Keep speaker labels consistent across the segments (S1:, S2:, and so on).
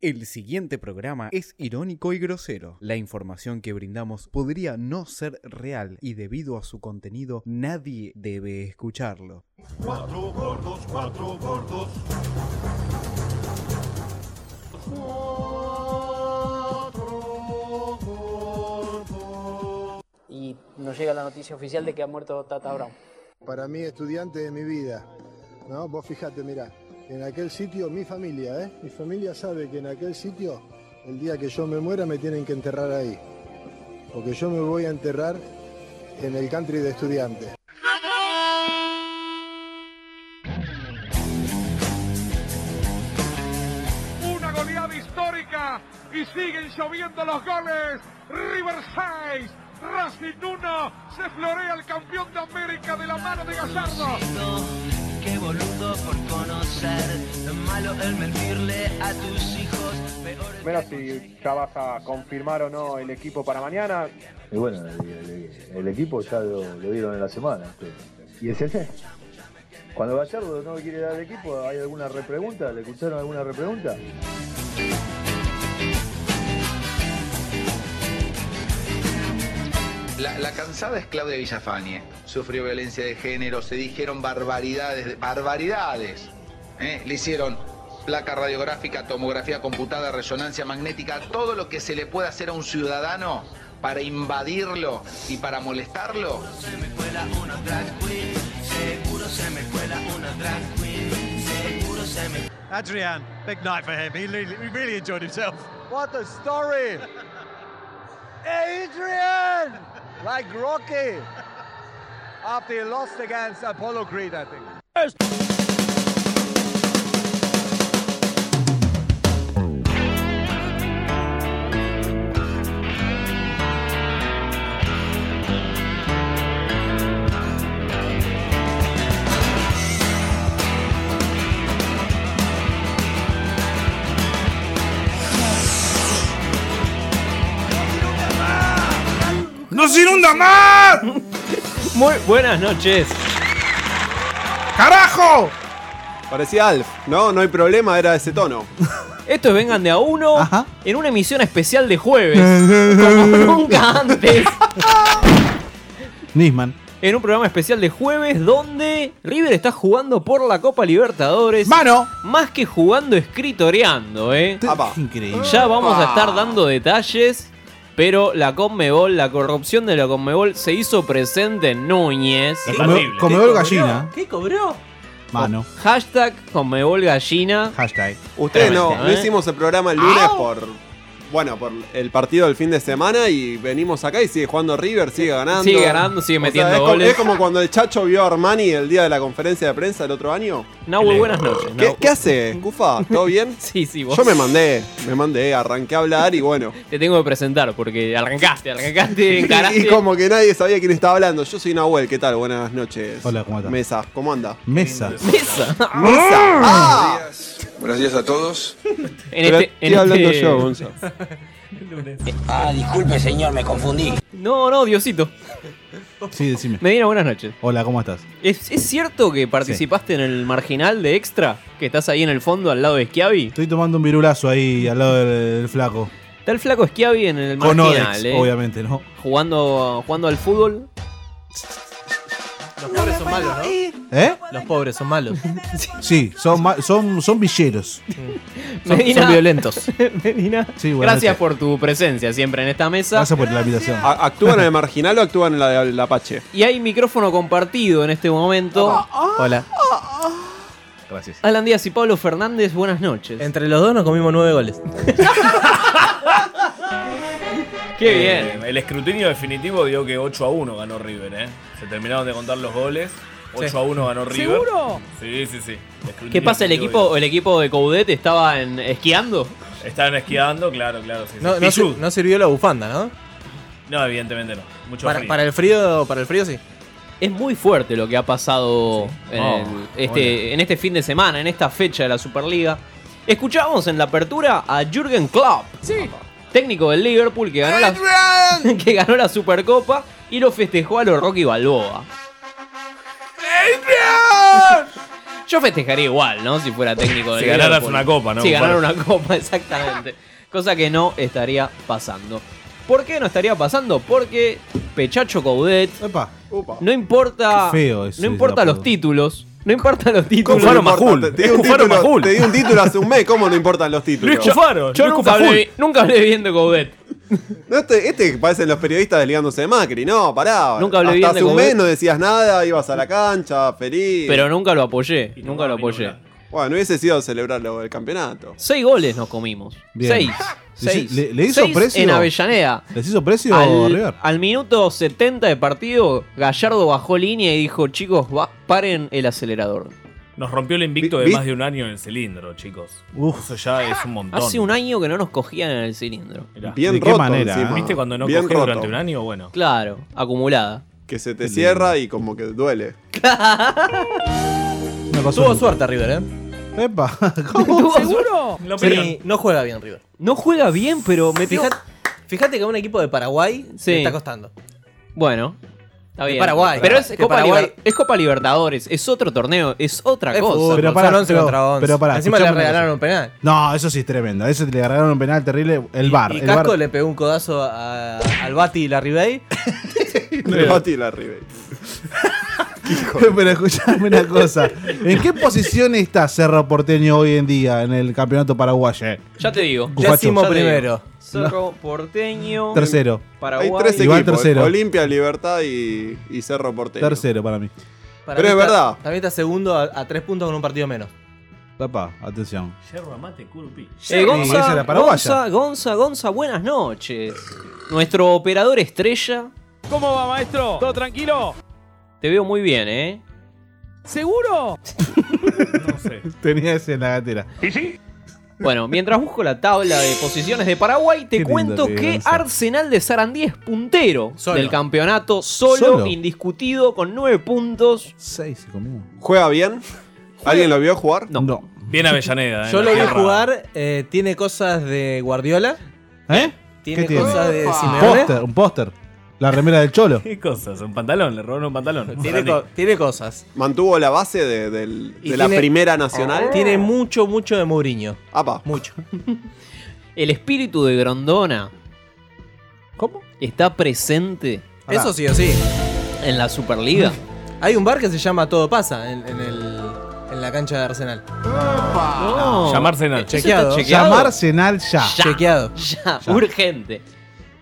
S1: El siguiente programa es irónico y grosero. La información que brindamos podría no ser real y debido a su contenido nadie debe escucharlo.
S2: Cuatro gordos, cuatro gordos. Cuatro gordos.
S3: y nos llega la noticia oficial de que ha muerto Tata Brown.
S4: Para mí, estudiante de mi vida. ¿no? Vos fijate, mirá, en aquel sitio, mi familia, ¿eh? mi familia sabe que en aquel sitio, el día que yo me muera, me tienen que enterrar ahí. Porque yo me voy a enterrar en el country de estudiantes.
S5: Una goleada histórica y siguen lloviendo los goles. River 6, Racing 1, se florea el campeón de América de la mano de Gallardo.
S6: Qué boludo por conocer. Lo malo es mentirle a tus hijos. Peor es
S7: Mira
S6: que
S7: si ya vas a confirmar o no el equipo para mañana.
S8: Y bueno, el, el- el equipo ya lo, lo dieron en la semana. pero- Y es ese. Cuando Gallardo no quiere dar el equipo, ¿hay alguna repregunta? ¿Le escucharon alguna repregunta?
S9: La, la cansada es Claudia Villafañe. ¿eh? Sufrió violencia de género, se dijeron barbaridades, barbaridades. ¿eh? Le hicieron placa radiográfica, tomografía computada, resonancia magnética, todo lo que se le puede hacer a un ciudadano para invadirlo y para molestarlo.
S6: se me cuela una drag queen. Seguro se me cuela una drag queen. Seguro se me
S10: Adrian, big night for him. He really, he really enjoyed himself.
S8: What a story! Adrian! Like Rocky! After he lost against Apollo Creed, I think.
S2: ¡Nos inunda más!
S11: Muy buenas noches.
S2: ¡Carajo!
S12: Parecía Alf, ¿no? No hay problema, era ese tono.
S11: Esto es Vengan de a uno en una emisión especial de jueves. como nunca antes.
S13: Nisman.
S11: En un programa especial de jueves donde River está jugando por la Copa Libertadores.
S13: ¡Mano!
S11: Más que jugando, escritoreando, ¿eh?
S13: Increíble.
S11: Ya vamos a
S13: Apa.
S11: estar dando detalles, pero la Conmebol, la corrupción de la Conmebol se hizo presente en Núñez.
S13: La Conmebol- Terrible. Conmebol gallina.
S11: ¿Qué cobró?
S13: Mano.
S11: Oh, Hashtag Conmebol gallina.
S13: Hashtag.
S12: Ustedes no,
S11: Tremendo,
S12: no
S11: ¿eh?
S12: hicimos el programa el lunes por. Bueno, por el partido del fin de semana y venimos acá y sigue jugando River, sigue ganando.
S11: Sigue ganando, sigue
S12: O
S11: metiendo
S12: es como-
S11: goles.
S12: es como cuando el Chacho vio a Armani el día de la conferencia de prensa del otro año.
S11: Nahuel, buenas noches.
S12: ¿Qué, qué hace, Gufa? ¿Todo bien?
S11: uh, sí, sí, vos.
S12: Yo me mandé, me mandé, arranqué a hablar y bueno.
S11: Te tengo que presentar porque arrancaste, arrancaste, encaraste.
S12: Y, como que nadie sabía quién estaba hablando. Yo soy Nahuel, ¿qué tal? Buenas noches.
S13: Hola, ¿cómo estás?
S12: Mesa, ¿cómo anda?
S13: Mesa.
S11: Mesa. Ah.
S14: Buenos días a todos.
S12: Pero
S11: este,
S12: estoy hablando yo, Gonzalo.
S6: Ah, disculpe, señor, me confundí.
S11: No, no, Diosito.
S13: Sí, decime.
S11: Medina, buenas noches.
S13: Hola, ¿cómo estás?
S11: ¿Es, es cierto que participaste en el marginal de Extra? ¿Que estás ahí en el fondo al lado de Schiavi?
S13: Estoy tomando un virulazo ahí al lado del, del flaco.
S11: Está el flaco Schiavi en el
S13: Con
S11: marginal,
S13: Odex,
S11: eh.
S13: obviamente, ¿no?
S11: Jugando, jugando al fútbol.
S15: Los pobres son malos, ¿no?
S13: ¿Eh?
S15: Los pobres son malos.
S13: Sí, son, ma- son, son villeros.
S15: Son- Medina. son violentos.
S11: Medina.
S13: Sí, buenas
S11: Gracias por tu presencia siempre en esta mesa.
S13: Gracias por la invitación.
S12: A- ¿Actúan en el marginal o actúan en la de la Apache?
S11: Y hay micrófono compartido en este momento.
S15: Hola.
S13: Gracias.
S11: Alan Díaz y Pablo Fernández, buenas noches.
S15: Entre los dos nos comimos nueve goles.
S11: Qué
S16: bien. el escrutinio definitivo dio que 8 a 1 ganó River, ¿eh? Se terminaron de contar los goles. 8
S11: Sí.
S16: a 1 ganó River.
S11: ¿Seguro?
S16: Sí, sí, sí. El escrutinio
S11: ¿Qué pasa? ¿El
S16: definitivo
S11: equipo, el equipo de Coudet estaba en- esquiando?
S16: dio- Estaban esquiando, claro, claro. Sí, sí.
S15: No, no
S16: Pichu.
S15: sir- no sirvió la bufanda, ¿no?
S16: No, evidentemente no. Mucho
S15: Para,
S16: frío.
S15: para el frío, para el frío sí.
S11: Es muy fuerte lo que ha pasado en,
S15: Oh,
S11: el- este, en este fin de semana, en esta fecha de la Superliga. Escuchamos en la apertura a Jürgen Klopp, técnico del Liverpool que ganó, la, que ganó la Supercopa y lo festejó a los Rocky Balboa. Yo festejaría igual, ¿no? Si fuera técnico del
S16: Si ganaras
S11: Liverpool.
S16: una copa, ¿no?
S11: Si ganara
S16: Compadre.
S11: una copa, exactamente. Cosa que no estaría pasando. ¿Por qué no estaría pasando? Porque Pechacho Coudet. No importa.
S13: Qué feo ese
S11: no importa los
S13: apodo.
S11: títulos. No importa los títulos.
S12: ¿Cómo no importa? Te di un título- Te di un título hace un mes, ¿cómo no importan los títulos?
S11: Luis Cufaro, Yo Luis nunca Cufaro. hablé- nunca hablé bien de Coudet.
S12: No, este, este parecen los periodistas desligándose de Macri, no, pará.
S11: Nunca hablé
S12: Hasta
S11: bien de
S12: hace un
S11: Coudet.
S12: mes no decías nada, ibas a la cancha, feliz.
S11: Pero nunca lo apoyé. Nunca lo apoyé.
S12: Bueno, hubiese sido celebrarlo el campeonato.
S11: Seis goles nos comimos.
S12: Bien.
S11: Seis.
S12: ¿Le-
S11: Seis.
S12: le- le hizo
S11: Seis
S12: precio?
S11: En Avellaneda.
S13: ¿Les hizo precio
S11: al,
S13: River?
S11: al minuto 70 de partido, Gallardo bajó línea y dijo, chicos, va- paren el acelerador.
S16: Nos rompió el invicto de
S11: vi-
S16: más de un año en el cilindro, chicos. Eso ya es un montón.
S11: Hace un año que no nos cogían en el cilindro.
S16: Mirá. Bien ¿De qué roto manera, encima. eh? ¿Viste cuando no Bien cogés roto. durante un año? Bueno.
S11: Claro, acumulada.
S12: Que se te cierra y como que duele.
S15: Tuvo suerte River, ¿eh?
S13: Epa,
S15: ¿Seguro?
S16: La opinión.
S15: Sí, no juega bien River.
S11: No juega bien, pero me
S15: Fijate, fijate que a un equipo de Paraguay
S11: Sí.
S15: le está costando.
S11: Bueno. Está
S15: De
S11: bien.
S15: Paraguay.
S11: Pero es
S15: De
S11: Copa,
S15: Paraguay.
S11: Liber- es Copa Libertadores, es otro torneo, es otra
S15: Es
S11: cosa.
S15: fútbol, Pero para- son 11 pero- contra 11.
S13: Pero pará,
S15: Encima le
S13: escuchame una
S15: regalaron
S13: cosa.
S15: un penal.
S13: No, eso sí es tremendo. Eso le agarraron un penal terrible. El bar.
S15: Y
S13: el
S15: Casco
S13: bar.
S15: le pegó un codazo a- al Bati y la Ribey.
S12: El Bati y la Ribey.
S13: Pero escuchame una cosa. ¿En qué posición está Cerro Porteño hoy en día en el campeonato paraguayo? eh?
S11: Ya te digo.
S13: Cufacho. Décimo
S11: Ya te digo.
S13: primero.
S11: Cerro Porteño.
S13: Tercero.
S11: Paraguay.
S12: Hay tres
S13: Igual
S12: equipos,
S13: tercero.
S12: Olimpia, Libertad y, y Cerro Porteño.
S13: Tercero para mí.
S15: Para mí
S12: Pero es
S15: está-
S12: verdad.
S15: Para mí está segundo a, a tres puntos con un partido menos.
S13: Papá, atención.
S16: Yerba mate, curupi.
S11: Eh,
S13: Sí, esa
S11: Gonza,
S13: era paraguaya.
S11: Gonza, Gonza, Gonza, buenas noches. Nuestro operador estrella.
S6: ¿Cómo va, maestro? ¿Todo tranquilo?
S11: Te veo muy bien, ¿eh?
S6: ¿Seguro?
S13: Tenía ese en la gatera.
S6: ¿Y sí?
S11: Bueno, mientras busco la tabla de posiciones de Paraguay, te
S13: Qué lindo
S11: cuento
S13: que
S11: que
S13: Gonza.
S11: Arsenal de Sarandí es puntero
S13: Solo.
S11: del campeonato, solo,
S12: Solo.
S11: indiscutido, con nueve puntos.
S13: Seis se comió.
S12: ¿Juega bien? ¿Alguien lo vio jugar?
S11: No.
S16: Bien Avellaneda, eh,
S15: Yo
S16: la
S15: lo vi
S16: tierra.
S15: jugar, eh, tiene cosas de Guardiola.
S13: ¿Eh?
S15: Tiene
S13: ¿Qué tiene?
S15: cosas de
S13: Un
S15: Simeone.
S13: póster, un póster. La remera del Cholo.
S16: ¿Qué cosas? Un pantalón, le robaron un pantalón.
S15: Tiene, co- tiene cosas.
S12: ¿Mantuvo la base de, del-
S15: Y
S12: de la
S15: tiene-
S12: primera
S11: Oh.
S12: nacional?
S15: Tiene mucho, mucho de Mourinho.
S12: Apa.
S15: Mucho.
S11: El espíritu de Grondona.
S13: ¿Cómo?
S11: Está presente.
S15: Pará. Eso sí o sí.
S11: En la Superliga.
S15: Hay un bar que se llama Todo Pasa en, en el- en la cancha de Arsenal.
S11: No.
S16: Llamarse Nacho.
S15: Oh, Chequeado.
S13: Llamar Senal ya.
S11: Ya.
S15: Chequeado.
S11: Ya,
S13: Ya.
S11: urgente.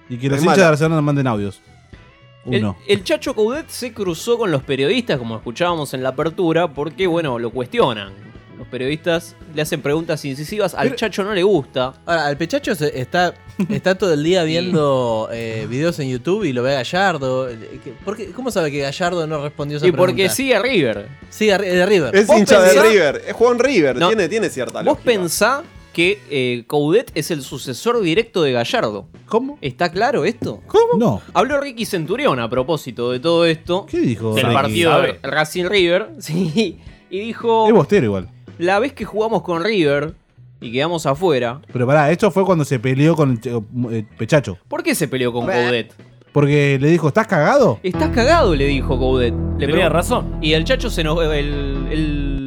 S13: Y que los
S11: Es
S13: hinchas de
S11: mala.
S13: Arsenal nos manden audios.
S11: El,
S13: Uno.
S11: el Chacho Coudet se cruzó con los periodistas, como escuchábamos en la apertura, porque, bueno, lo cuestionan. Los periodistas le hacen preguntas incisivas, al Chacho no le gusta.
S15: Ahora, al pechacho se- está, está todo el día viendo eh, videos en YouTube y lo ve a Gallardo. Eh, que- ¿por qué- ¿Cómo sabe que Gallardo no respondió esa
S11: Y
S15: pregunta?
S11: porque sigue a River.
S15: Sí, a- de River.
S12: Es
S15: ¿Vos
S12: hincha de
S15: pensás-
S12: River. Es Juan River.
S11: No.
S12: Tiene, tiene cierta
S11: ¿Vos
S12: lógica.
S11: pensá que eh, Coudet es el sucesor directo de Gallardo?
S13: ¿Cómo?
S11: ¿Está claro esto?
S13: ¿Cómo? No.
S11: Habló Ricky Centurión a propósito de todo esto.
S13: ¿Qué dijo?
S11: Del
S13: Ricky?
S11: partido
S13: A
S11: de
S13: ver.
S11: Racing River. Sí. Y dijo.
S13: Es bostero igual.
S11: La vez que jugamos con River y quedamos afuera.
S13: Pero pará, esto fue cuando se peleó con el che- eh, Pechacho.
S11: ¿Por qué se peleó con Coudet?
S13: Porque le dijo, ¿estás cagado?
S11: Estás cagado, le dijo Coudet. Le
S13: Tenía
S11: pregun-
S13: razón.
S11: Y el chacho se enojó. El, el,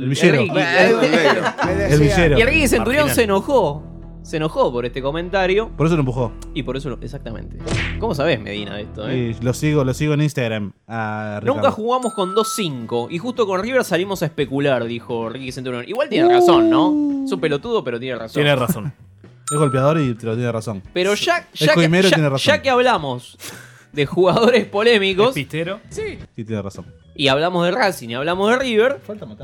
S11: el,
S13: villero.
S11: Ricky-
S13: El villero. El villero.
S11: Y el Ricky Centurión
S13: Marginal.
S11: se enojó. Se enojó por este comentario.
S13: Por eso lo empujó.
S11: Y por eso, lo- exactamente. ¿Cómo sabés, Medina, de esto? eh?
S13: Y lo sigo, lo sigo en Instagram. a
S11: Nunca
S13: Ricardo.
S11: jugamos con 2-5 y justo con River salimos a especular, dijo Ricky Centurión. Igual tiene razón, ¿no? Es un pelotudo, pero tiene razón.
S13: Uh. Tiene razón. Es golpeador y te lo tiene razón.
S11: Pero ya,
S13: Es
S11: ya, que,
S13: coimero,
S11: ya-
S13: tiene razón.
S11: ya que hablamos de jugadores polémicos
S13: Sí. Sí, tiene razón.
S11: y hablamos de Racing y hablamos de River,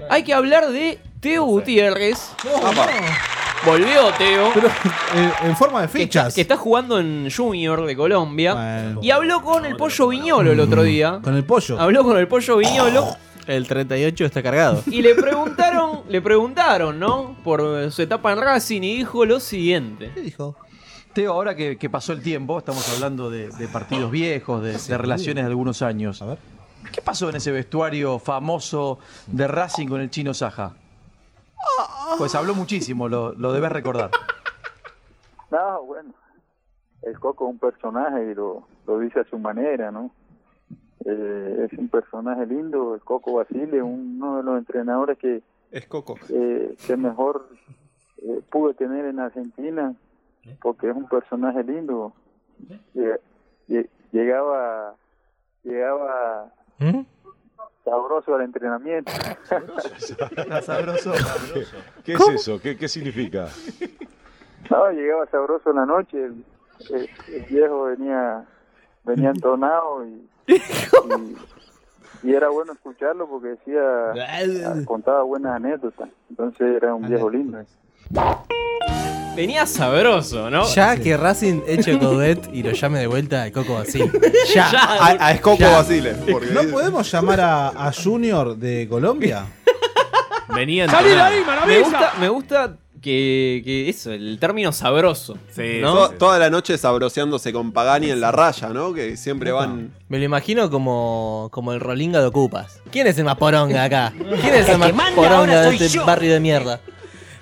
S11: hay que hablar de Teo Gutiérrez. Apa. Volvió Teo.
S17: Eh,
S13: en forma de
S11: fichas. Que está, que está jugando en Junior de Colombia. Y habló con el pollo Viñolo el otro día.
S13: Mm. Con Eh, el pollo.
S11: Habló con el pollo Viñolo.
S15: El 38 está cargado.
S11: Y le preguntaron, le preguntaron, ¿no? Por eh, su etapa en Racing y dijo lo siguiente. ¿Qué
S15: dijo?
S18: Teo, ahora que, que pasó el tiempo, estamos hablando de, de partidos viejos, de, de relaciones de algunos años. ¿Qué pasó en ese vestuario famoso de Racing con el chino Saja? Pues habló muchísimo, lo, lo debes recordar.
S19: No, bueno, el Coco es un personaje y lo, lo dice a su manera, ¿no? Eh, es un personaje lindo, el Coco Basile, uno de los entrenadores que
S12: Es Coco.
S19: eh, que mejor eh, pude tener en Argentina, porque es un personaje lindo. Lle- lle- Llegaba, llegaba sabroso al entrenamiento.
S18: Sabroso.
S17: ¿Qué es eso? ¿Qué, qué significa?
S19: No, llegaba sabroso en la noche. El, el- el viejo venía, venía entonado y, y- y era bueno escucharlo porque decía, contaba buenas anécdotas. Entonces era un viejo lindo.
S11: Venía sabroso, ¿no?
S15: Ya que Racing eche Godet y lo llame de vuelta a Coco Basile. Ya.
S11: Ya.
S12: A, a Escoco
S15: Ya.
S12: Basile. porque-
S13: ¿No podemos llamar a, a Junior de Colombia?
S15: Ah,
S11: Venía
S13: ¡Salí de ahí,
S11: Me
S13: maravilla!
S11: gusta, me gusta que, que eso, el término sabroso. ¿no?
S12: To- Toda la noche sabroseándose con Pagani en la raya, ¿no? Que siempre van.
S15: Me lo imagino como, como el Rolinga de Ocupas. ¿Quién es el más poronga acá? ¿Quién es el más poronga de este barrio de mierda?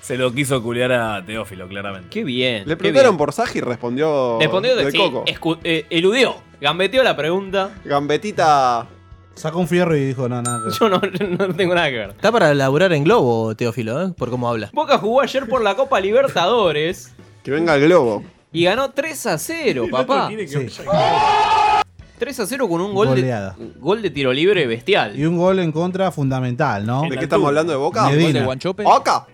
S16: Se lo quiso culiar a Teófilo, claramente.
S11: Qué bien.
S12: Le preguntaron por Saji y respondió.
S11: Respondió de,
S12: de
S11: sí,
S12: Coco.
S11: escu- eh, eludió, gambeteó la pregunta.
S12: Gambetita.
S13: Sacó un fierro y dijo, no, nada. que ver".
S11: Yo no, no tengo nada que ver.
S15: Está para laburar en Globo, Teófilo, ¿eh? por cómo habla.
S11: Boca jugó ayer por la Copa Libertadores
S12: Que venga el globo.
S11: y ganó 3 a 0, papá. 3 a 0 con un gol de,
S13: Goleada.
S11: gol de tiro libre bestial.
S13: Y un gol en contra fundamental, ¿no?
S11: ¿De qué estamos hablando, de Boca?
S13: Medina.
S11: ¿De
S20: Guanchope?
S12: ¡Oca!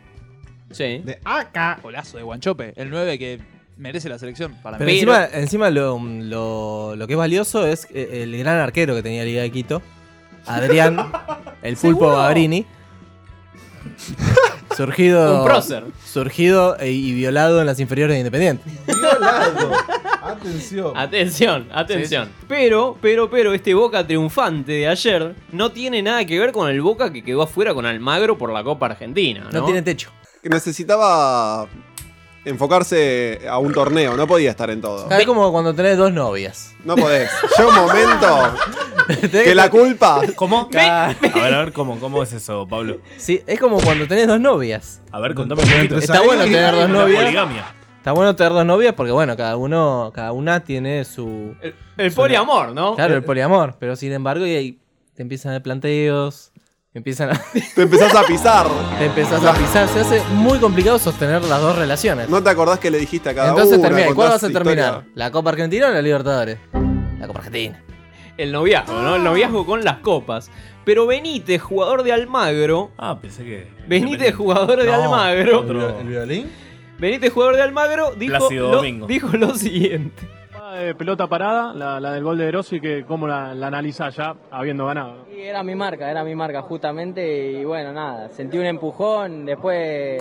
S11: Sí.
S13: De acá.
S20: Golazo de Guanchope. El 9 que merece la selección para mí.
S15: Pero encima, encima lo, lo- lo que es valioso es eh, el gran arquero que tenía Liga de Quito, Adrián, el pulpo
S11: ¿Seguro?
S15: Gabrini. Surgido.
S11: Un prócer.
S15: Surgido e- y violado en las inferiores de Independiente.
S13: Atención.
S11: Atención, atención. Pero, pero, pero, este Boca triunfante de ayer no tiene nada que ver con el Boca que quedó afuera con Almagro por la Copa Argentina. No,
S15: techo.
S12: Que necesitaba enfocarse a un torneo, no podía estar en todo.
S15: Es como cuando tenés dos novias.
S12: No podés. Llega un momento que la culpa.
S16: ¿Cómo?
S15: A
S16: ver, a ver, ¿cómo, cómo es eso, Pablo?
S15: Sí, es como cuando tenés dos novias.
S16: A ver, contame un poquito.
S15: Está bueno tener dos
S16: La
S15: novias.
S16: Poligamia.
S15: Está bueno tener dos novias porque, bueno, cada uno, cada una tiene su.
S11: El, el poliamor, ¿no?
S15: Claro, el poliamor. Pero sin embargo, y ahí te empiezan a hacer planteos. Empiezan a.
S12: Te empezás a pisar.
S15: Te empezás a pisar. Se hace muy complicado sostener las dos relaciones.
S12: No te acordás que le dijiste a cada
S15: Entonces
S12: una,
S15: termina. ¿Y cuál
S12: contás
S15: vas a terminar?
S12: historia.
S15: ¿La Copa Argentina o la Libertadores? La Copa Argentina.
S11: El noviazgo, ¿no? El noviazgo con las copas. Pero Benítez, jugador de Almagro.
S16: Ah, pensé que.
S11: Benítez, jugador de
S13: No,
S11: Almagro.
S13: ¿El, vi- el violín?
S11: Benítez, jugador de Almagro, dijo,
S13: Plácido
S11: lo,
S13: Domingo.
S11: dijo lo siguiente.
S21: de pelota parada, la, la del gol de Derossi, que cómo la, la analiza ya habiendo ganado.
S8: Sí, era mi marca, era mi marca justamente y bueno, nada, sentí un empujón, después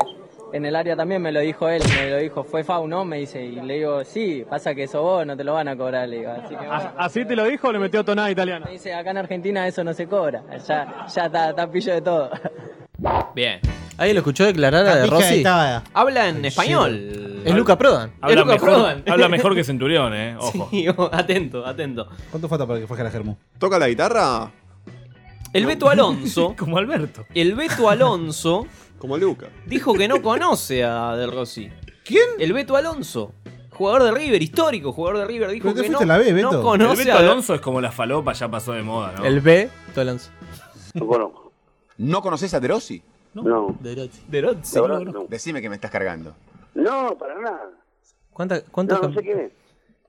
S8: en el área también me lo dijo él, me lo dijo, fue FAU, ¿no? Me dice, y le digo, sí, pasa que eso vos, no te lo van a cobrar, le digo, así que bueno.
S21: ¿Así te lo dijo o le metió tonada italiana?
S8: Me dice, acá en Argentina eso no se cobra, ya, ya está, está pillo de todo.
S11: Bien.
S15: ¿Ahí lo escuchó declarar a De Rossi?
S11: Habla en español.
S15: Es Luca Prodan.
S16: Habla,
S11: Luca
S16: mejor,
S11: Prodan.
S16: habla mejor que Centurión, ¿eh? Ojo.
S11: Sí, oh, atento, atento.
S13: ¿Cuánto falta para que fuese a la Germú?
S12: ¿Toca la guitarra?
S11: El Beto Alonso.
S16: Como Alberto.
S11: El Beto Alonso.
S12: Como Luca.
S11: Dijo que no conoce a Del Rossi. ¿Quién? El Beto Alonso. Jugador de River, histórico jugador de River. Dijo
S16: Pero te
S11: que no,
S16: fuiste a la B,
S11: no
S16: El
S11: conoce
S16: Beto
S11: a Del-
S16: Alonso es como la falopa, ya pasó de moda, ¿no?
S15: El B, Alonso.
S22: No conozco. ¿No conoces a Derossi? No.
S11: Derozzi.
S22: Decime que me estás cargando.
S8: No, para nada.
S15: ¿Cuánta, cuántos
S22: No, no sé
S15: cam-
S22: quién es.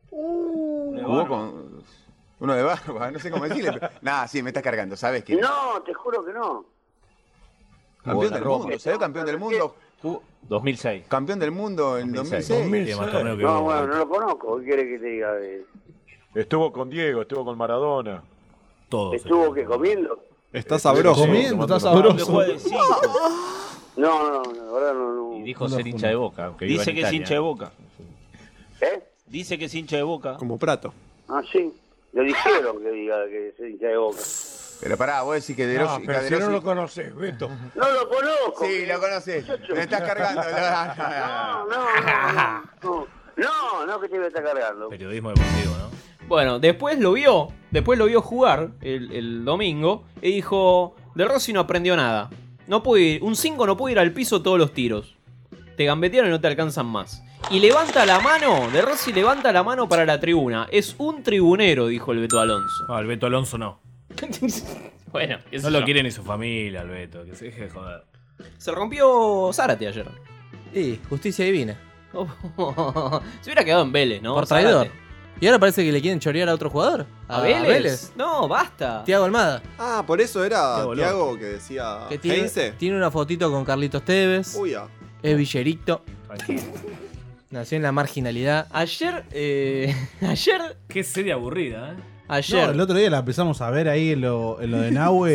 S22: Jugó con- Uno de barba, no sé cómo decirle. pero- Nada, sí, me estás cargando, ¿sabes quién? es?
S8: No, te juro que no.
S22: Campeón
S23: Jugó en
S22: del
S23: la Roma.
S22: mundo, salió campeón del mundo. 2006. Campeón del mundo en 2006.
S23: 2006. Tiene más torneo que
S22: No,
S23: vos,
S22: bueno, no
S8: lo conozco, ¿qué quiere que te diga?
S23: Estuvo con Diego, estuvo con Maradona.
S16: Todo.
S8: ¿Estuvo que comiendo?
S12: Está sabroso.
S23: Comiendo, está
S12: sabroso.
S8: No, no, la verdad no. no.
S24: Dijo ser hincha de boca. aunque viva
S25: Dice
S24: en
S25: que es
S24: Italia.
S25: hincha de boca.
S8: ¿Eh?
S25: Dice que es hincha de boca.
S12: Como Prato.
S8: Ah, sí. Le dijeron que diga que es hincha de boca.
S22: Pero pará, vos decís que Derossi.
S23: pero
S22: que
S23: si no
S22: Derossi-
S23: lo conoces, Beto.
S8: No lo conozco.
S22: Sí, lo conoces. Me estás cargando. No,
S8: no, no. No, no, no, que te voy a estar cargando.
S16: Periodismo deportivo, ¿no?
S11: Bueno, después lo vio, después lo vio jugar el, el domingo y dijo, Del Rossi no aprendió nada. No puede ir, un 5 no puede ir al piso todos los tiros. Te gambetearon y no te alcanzan más. Y levanta la mano, Del Rossi levanta la mano para la tribuna. Es un tribunero, dijo el Beto Alonso.
S16: Ah, el Beto Alonso no.
S11: bueno, qué sé
S16: No lo
S11: yo.
S16: quiere ni su familia, el Beto. Que se deje de joder.
S11: Se rompió Zárate ayer.
S15: Sí, justicia divina.
S11: Se hubiera quedado en Vélez, ¿no?
S15: Por
S11: Zárate.
S15: traidor. Y ahora parece que le quieren chorear a otro jugador.
S11: ¿A Vélez? No, basta.
S15: Tiago Almada.
S12: Ah, por eso era
S15: Tiago
S12: Tiago que decía.
S15: Que tiene,
S12: Heinze.
S15: tiene una fotito con Carlitos Tevez.
S12: Uy, ah.
S15: Es Villericto. Nació en la marginalidad.
S11: Ayer. eh, ayer.
S16: Qué serie aburrida, ¿eh?
S11: Ayer.
S13: No, el otro día la empezamos a ver ahí en lo, en lo de Nahue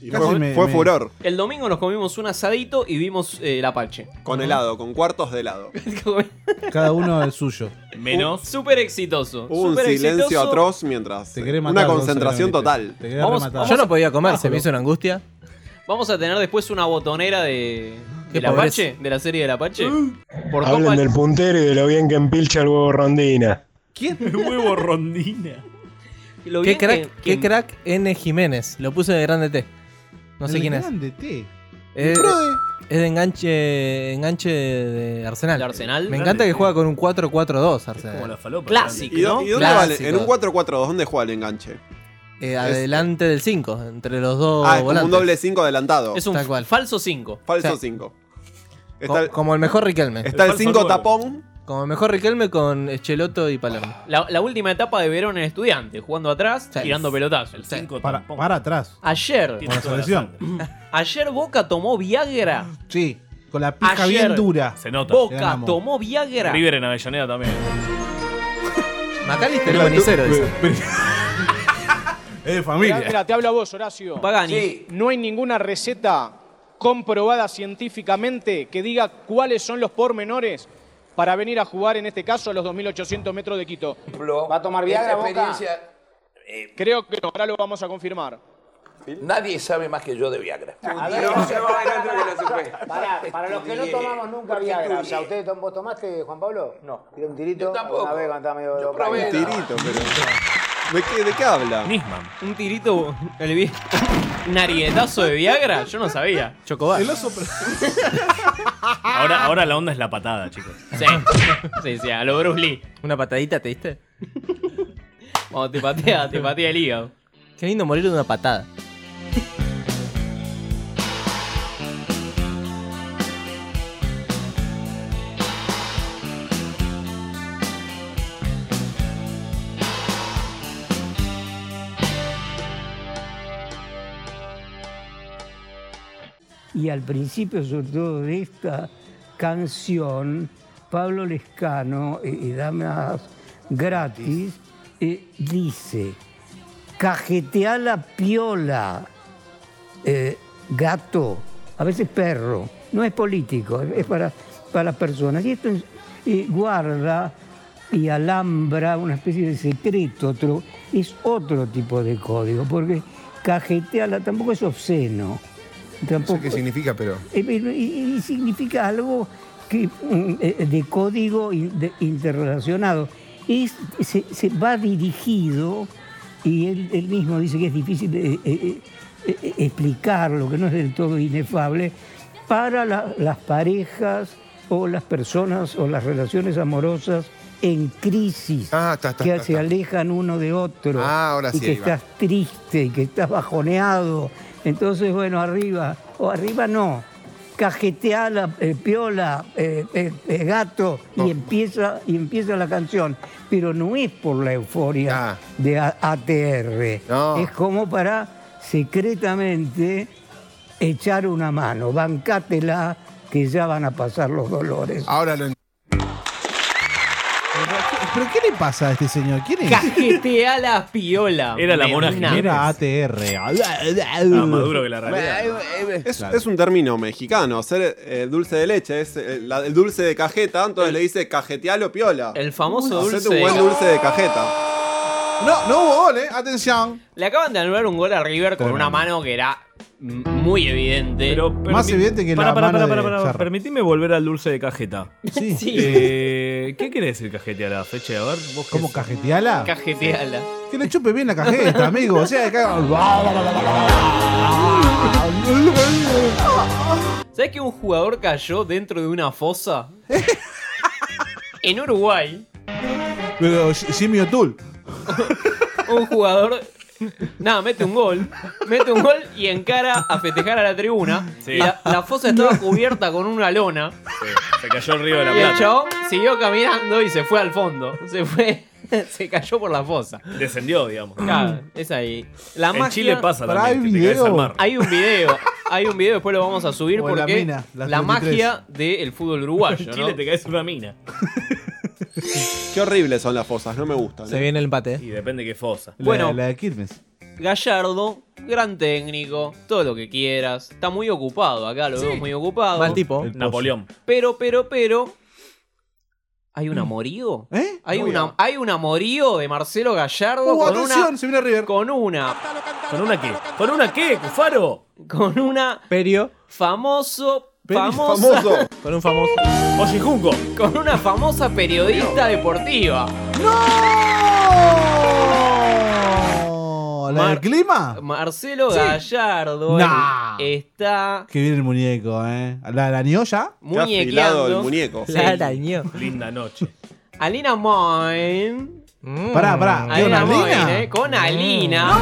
S13: y. casi me- me-
S11: El domingo nos comimos un asadito y vimos eh, el Apache.
S12: Con helado, con cuartos de helado.
S13: Cada uno el suyo.
S11: Menos. Súper exitoso.
S12: Hubo un
S11: súper
S12: silencio
S11: exitoso.
S12: atroz mientras.
S13: querés
S12: una
S13: matar,
S12: concentración
S13: Gonzalo,
S12: total.
S13: Te
S11: querés Vamos- rematar. vamos-
S15: Yo no podía comer, se me hizo una angustia.
S11: Vamos a tener después una botonera de.
S15: Qué
S11: ¿Del
S15: pobreza.
S11: Apache? ¿De la serie del Apache? Por
S1: Hablan
S11: Copa.
S1: del puntero y de lo bien que empilcha el huevo rondina.
S11: ¿Quién?
S16: Huevo rondina.
S11: Lo
S15: ¿Qué
S11: bien que-
S15: crack,
S11: que-
S15: qué crack N. Jiménez? Lo puse de grande T. No sé
S13: El
S15: quién es.
S13: grande T.
S15: Eh,
S13: Prode.
S15: es de enganche, enganche de Arsenal.
S11: ¿De Arsenal?
S15: Me encanta que juega con un 4-4-2 Arsenal.
S16: Como la falopa.
S11: Clásico,
S12: ¿Y, do-
S11: ¿no?
S12: y dónde
S15: Clásico.
S12: vale? En un 4-4-2, ¿dónde juega el enganche?
S15: Eh, adelante del 5, entre los dos
S12: ah, es como
S15: volantes.
S12: un doble 5 adelantado.
S11: Es un
S15: Tal cual.
S11: falso 5.
S12: falso
S15: Sí.
S12: 5.
S15: Co- como el mejor Riquelme.
S12: Está el El falso
S11: 5 nueve.
S12: tapón.
S15: Como el mejor Riquelme con Echeloto y Palermo.
S11: La, la última etapa de Verón en estudiante, jugando atrás, tirando pelotazos.
S13: Para, para atrás.
S11: Ayer.
S13: Con la selección.
S11: Ayer Boca tomó Viagra.
S13: Sí. Con la pija
S11: Ayer.
S13: bien dura.
S16: Se nota.
S11: Boca
S13: Ganamos.
S11: tomó Viagra.
S16: River en Avellaneda también.
S15: Macalister es buenicero, dice.
S13: Es de
S3: Mirá, mirá, te hablo a vos, Horacio.
S11: Pagani.
S3: Sí, no hay ninguna receta comprobada científicamente que diga cuáles son los pormenores para venir a jugar, en este caso, a los 2.800 metros de Quito. ¿Va a tomar
S26: Esta
S3: Viagra,
S26: experiencia,
S3: Creo que no, ahora lo vamos a confirmar.
S26: nadie sabe más que yo de Viagra.
S5: Pará,
S8: Este,
S5: para los
S8: eh,
S5: que no tomamos nunca
S26: Porque
S5: Viagra,
S26: estudie.
S5: o sea, ¿ustedes tom- vos tomaste, Juan Pablo? No. ¿Tiró un tirito?
S26: Yo tampoco.
S5: Una vez cuando estaba medio loco.
S12: Un tirito, pero. ¿De qué, de qué habla?
S11: Un tirito. El vi- un arietazo de Viagra. Yo no sabía.
S15: Chocobar.
S13: El oso.
S16: Ahora, ahora la onda es la patada, chicos.
S11: Sí. Sí, sí, a lo Bruce Lee.
S15: ¿Una patadita te diste?
S11: Cuando te patea, te patea el hígado.
S15: Qué lindo morir de una patada.
S27: Y al principio, sobre todo de esta canción, Pablo Lescano, eh, y dame más gratis, eh, dice, cajetea la piola, eh, gato, a veces perro, no es político, es es para, para las personas. Y esto es- eh, guarda y alambra una especie de secreto, otro, es otro tipo de código, porque cajeteala tampoco es obsceno. Tampoco,
S24: ¿Qué significa, pero?
S27: eh, pero, y- y significa algo que, mm, eh, de código in- de- interrelacionado. Es, se, se va dirigido, y él, él mismo dice que es difícil eh, eh, eh, eh, explicarlo, que no es del todo inefable, para la- las parejas o las personas o las relaciones amorosas en crisis,
S24: Ah,
S27: que se alejan uno de otro,
S12: Ah,
S27: y
S24: sí,
S27: que
S24: ahí va.
S27: estás triste, y que estás bajoneado. Entonces, bueno, arriba, o arriba no, cajeteala, eh, piola, eh, eh, eh, gato, y, empieza, y empieza la canción. Pero no es por la euforia
S24: Ah.
S27: de A- ATR, es como para secretamente echar una mano, bancátela, que ya van a pasar los dolores.
S24: Ahora lo
S13: ¿Pero qué le pasa a este señor? ¿Quién es?
S11: Cajetea la piola. Menina.
S13: Era ATR.
S12: Es, es un término mexicano. Hacer eh, dulce de leche es eh, la- el dulce de cajeta. Entonces le dice cajetealo piola.
S11: El famoso
S12: Hacete
S11: dulce
S12: un
S11: de-
S12: buen dulce de cajeta.
S13: No, no hubo gol, eh. Atención.
S11: Le acaban de anular un gol a River con una mano que era m- muy evidente.
S13: Eh, Más evidente que
S16: Para,
S13: la
S16: para,
S13: mano
S16: para,
S13: de
S16: para, para.
S13: Charro.
S16: Permitime volver al dulce de cajeta.
S13: Sí. Sí.
S16: Eh, ¿Qué quiere decir cajeteala, Feche? A ver, vos ¿Cómo
S13: cajeteala?
S11: Cajeteala.
S13: Que le chupe bien la cajeta, amigo. O sea, que
S11: ¿Sabes que un jugador cayó dentro de una fosa? en Uruguay,
S13: Pero Jimmy O'Toole.
S11: un jugador. Nada, mete un gol. mete un gol y encara a festejar a la tribuna. Y la, la fosa estaba cubierta con una lona.
S16: Se cayó el río de la
S11: Y el
S16: Plata.
S11: chabón siguió caminando y se fue al fondo. Se fue. Se cayó por la fosa.
S16: Descendió, digamos.
S11: Claro, es ahí. La
S16: En
S11: magia-
S16: Chile pasa Pará, también, hay que te caes video. al mar.
S11: Hay un video. Hay un video, después lo vamos a subir
S16: O en la
S11: porque
S16: mina,
S11: la,
S16: las
S11: magia del fútbol uruguayo.
S16: En
S11: ¿no?
S16: Chile te caes en una mina.
S12: Qué horribles son las fosas, no me gustan. ¿eh?
S15: Se viene el empate.
S16: Y depende qué fosa.
S11: Bueno.
S13: La de Quilmes.
S11: Gallardo, gran técnico, todo lo que quieras. Está muy ocupado acá, lo vemos muy ocupado.
S15: Mal tipo. El
S16: Napoleón.
S11: Pero, pero, pero. ¿Hay un amorío? Hay,
S16: Obvio.
S11: una, hay un amorío de Marcelo Gallardo
S16: Uh,
S11: con
S16: atención,
S11: una. Con una.
S16: ¿Con una qué? ¿Con una qué, Cufaro?
S11: Con una.
S15: Perio.
S11: Famoso.
S16: Perio
S11: famosa-
S16: famoso.
S15: Con un famoso.
S16: Oye, Junco.
S11: Con una famosa periodista deportiva.
S13: Oh, ¿La del
S11: Mar-
S13: clima?
S11: Marcelo
S13: Sí.
S11: Gallardo
S13: Nah.
S11: está
S13: Que viene el muñeco, ¿eh? ¿La arañó ya?
S11: muñequeando.
S13: La
S16: Linda noche.
S11: Alina Moin.
S1: Mm.
S15: Mm.
S13: Pará, pará, ¿qué
S11: Alina
S13: onda,
S11: Moin,
S13: Alina?
S11: eh, con Alina.